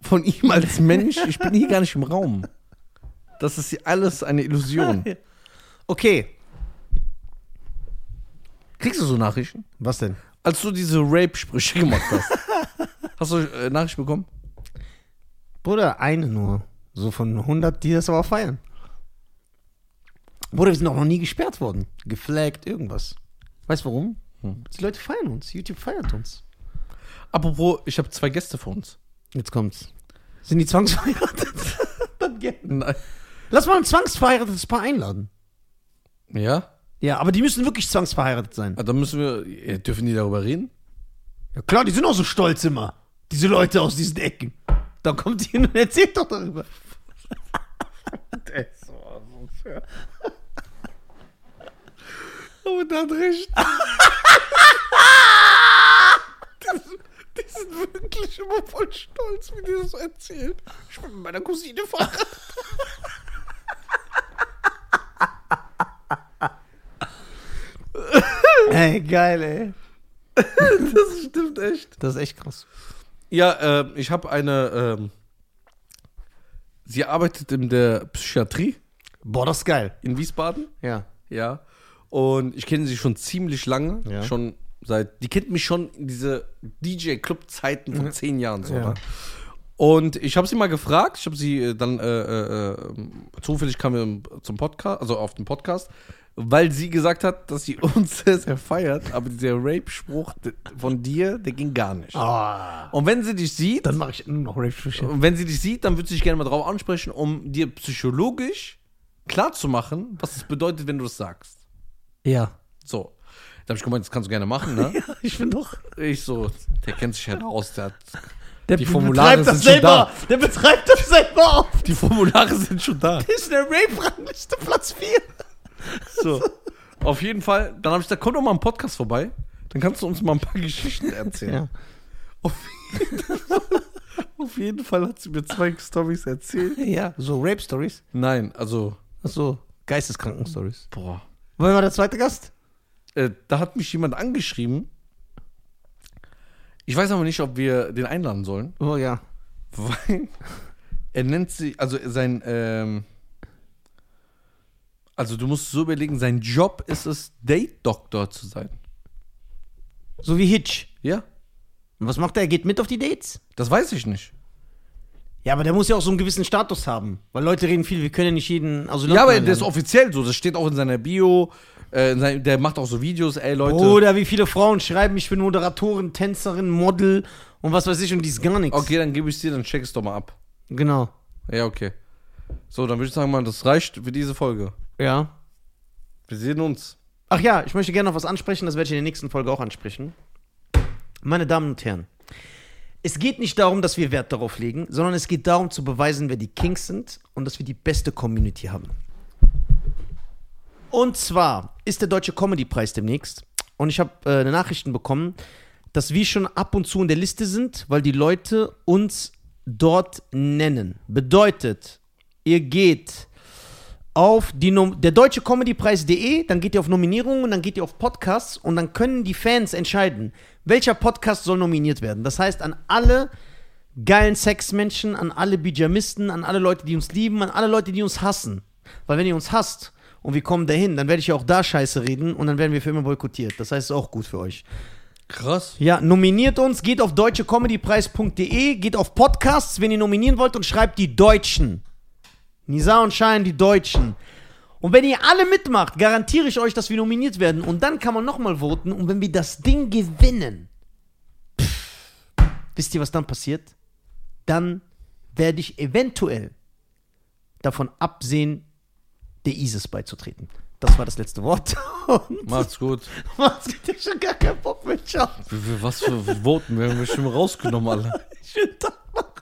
[SPEAKER 2] von ihm als Mensch. Ich bin hier gar nicht im Raum. Das ist hier alles eine Illusion.
[SPEAKER 1] Okay.
[SPEAKER 2] Kriegst du so Nachrichten?
[SPEAKER 1] Was denn?
[SPEAKER 2] Als du diese Rape-Sprüche gemacht hast, hast du äh, Nachricht bekommen?
[SPEAKER 1] Bruder, eine nur. So von 100, die das aber feiern. Bruder, wir sind auch noch nie gesperrt worden. Geflaggt, irgendwas. Weißt du warum? Die Leute feiern uns. YouTube feiert uns.
[SPEAKER 2] Apropos, ich habe zwei Gäste vor uns.
[SPEAKER 1] Jetzt kommt's. Sind die zwangsverheiratet? Dann gerne.
[SPEAKER 2] Nein.
[SPEAKER 1] Lass mal ein zwangsverheiratetes Paar einladen.
[SPEAKER 2] Ja?
[SPEAKER 1] Ja, aber die müssen wirklich zwangsverheiratet sein.
[SPEAKER 2] Ah, Dann müssen wir. äh, Dürfen die darüber reden?
[SPEAKER 1] Ja klar, die sind auch so stolz immer. Diese Leute aus diesen Ecken. Dann kommt die hin und erzählt doch darüber.
[SPEAKER 2] Aber Oh, da hat recht. die, die sind wirklich immer voll stolz, wie die das so erzählen. Ich bin mit meiner Cousine verheiratet.
[SPEAKER 1] Ey, geil, ey.
[SPEAKER 2] Das stimmt echt.
[SPEAKER 1] Das ist echt krass.
[SPEAKER 2] Ja, ähm, ich habe eine. Ähm, sie arbeitet in der Psychiatrie
[SPEAKER 1] Boah, das ist geil.
[SPEAKER 2] in Wiesbaden.
[SPEAKER 1] Ja.
[SPEAKER 2] Ja. Und ich kenne sie schon ziemlich lange.
[SPEAKER 1] Ja.
[SPEAKER 2] Schon seit. Die kennt mich schon in diese DJ-Club-Zeiten von zehn Jahren so.
[SPEAKER 1] Ja.
[SPEAKER 2] Ne? Und ich habe sie mal gefragt, ich habe sie äh, dann äh, äh, äh, zufällig kamen wir im- zum Podcast, also auf den Podcast, weil sie gesagt hat, dass sie uns sehr, sehr feiert, aber dieser Rape-Spruch d- von dir, der ging gar nicht.
[SPEAKER 1] Ah.
[SPEAKER 2] Und wenn sie dich sieht,
[SPEAKER 1] Dann mache ich nur noch Rape
[SPEAKER 2] und wenn sie dich sieht, dann würde sie dich gerne mal drauf ansprechen, um dir psychologisch klarzumachen, was es bedeutet, wenn du es sagst.
[SPEAKER 1] Ja.
[SPEAKER 2] So. Da habe ich gemeint, das kannst du gerne machen, ne?
[SPEAKER 1] Ich bin doch.
[SPEAKER 2] Ich so, der kennt sich heraus, der hat,
[SPEAKER 1] Der
[SPEAKER 2] Die Formulare
[SPEAKER 1] betreibt das
[SPEAKER 2] sind schon
[SPEAKER 1] selber. Der betreibt das selber auf.
[SPEAKER 2] die Formulare sind schon da.
[SPEAKER 1] Das ist der Rape-Rangliste Platz 4.
[SPEAKER 2] So. Auf jeden Fall, dann habe ich gesagt, komm doch mal im Podcast vorbei, dann kannst du uns mal ein paar Geschichten erzählen.
[SPEAKER 1] Ja.
[SPEAKER 2] Auf, jeden Fall, auf jeden Fall hat sie mir zwei Stories erzählt.
[SPEAKER 1] Ja, so Rape-Stories.
[SPEAKER 2] Nein, also,
[SPEAKER 1] Achso, Geisteskranken-Stories.
[SPEAKER 2] boah.
[SPEAKER 1] Wollen wir der zweite Gast?
[SPEAKER 2] Äh, da hat mich jemand angeschrieben. Ich weiß aber nicht, ob wir den einladen sollen,
[SPEAKER 1] Oh ja.
[SPEAKER 2] weil er nennt sie, also sein, ähm, also du musst so überlegen, sein Job ist es, Date-Doktor zu sein.
[SPEAKER 1] So wie Hitch.
[SPEAKER 2] Ja,
[SPEAKER 1] Und was macht er? Er geht mit auf die Dates?
[SPEAKER 2] das weiß ich nicht.
[SPEAKER 1] Ja, aber der muss ja auch so einen gewissen Status haben. Weil Leute reden viel, wir können ja nicht jeden. Also
[SPEAKER 2] Ja, aber
[SPEAKER 1] Leuten
[SPEAKER 2] der ist
[SPEAKER 1] einladen.
[SPEAKER 2] offiziell so, das steht auch in seiner Bio, äh, in sein, der macht auch so Videos, ey Leute.
[SPEAKER 1] Oder wie viele Frauen schreiben, ich bin Moderatorin, Tänzerin, Model und was weiß ich und die ist gar nichts.
[SPEAKER 2] Okay, dann gebe ich dir, dann check es doch mal ab.
[SPEAKER 1] Genau.
[SPEAKER 2] Ja, okay. So, dann würde ich sagen, mal, das reicht für diese Folge.
[SPEAKER 1] Ja.
[SPEAKER 2] Wir sehen uns.
[SPEAKER 1] Ach ja, ich möchte gerne noch was ansprechen, das werde ich in der nächsten Folge auch ansprechen. Meine Damen und Herren, Es geht nicht darum, dass wir Wert darauf legen, sondern es geht darum, zu beweisen, wer die Kings sind und dass wir die beste Community haben. Und zwar ist der Deutsche Comedy-Preis demnächst. Und ich habe äh, eine Nachrichten bekommen, dass wir schon ab und zu in der Liste sind, weil die Leute uns dort nennen. Bedeutet, ihr geht auf die Nom der deutsche Comedypreis.de, dann geht ihr auf Nominierungen, dann geht ihr auf Podcasts und dann können die Fans entscheiden, welcher Podcast soll nominiert werden. Das heißt, an alle geilen Sexmenschen, an alle Bijamisten, an alle Leute, die uns lieben, an alle Leute, die uns hassen. Weil wenn ihr uns hasst und wir kommen dahin, dann werde ich ja auch da scheiße reden und dann werden wir für immer boykottiert. Das heißt, es ist auch gut für euch.
[SPEAKER 2] Krass.
[SPEAKER 1] Ja, nominiert uns, geht auf deutschecomedypreis.de, geht auf Podcasts, wenn ihr nominieren wollt und schreibt die Deutschen. Nisa und Schein, die Deutschen. Und wenn ihr alle mitmacht, garantiere ich euch, dass wir nominiert werden. Und dann kann man nochmal voten. Und wenn wir das Ding gewinnen, pff, wisst ihr, was dann passiert? Dann werde ich eventuell davon absehen, der ISIS beizutreten. Das war das letzte Wort. Und
[SPEAKER 2] Macht's gut.
[SPEAKER 1] Macht's gut, ich hab schon gar keinen Bock mehr. Ciao.
[SPEAKER 2] Was für Voten? Wir haben bestimmt rausgenommen alle.
[SPEAKER 1] Schönen Tag, Mann.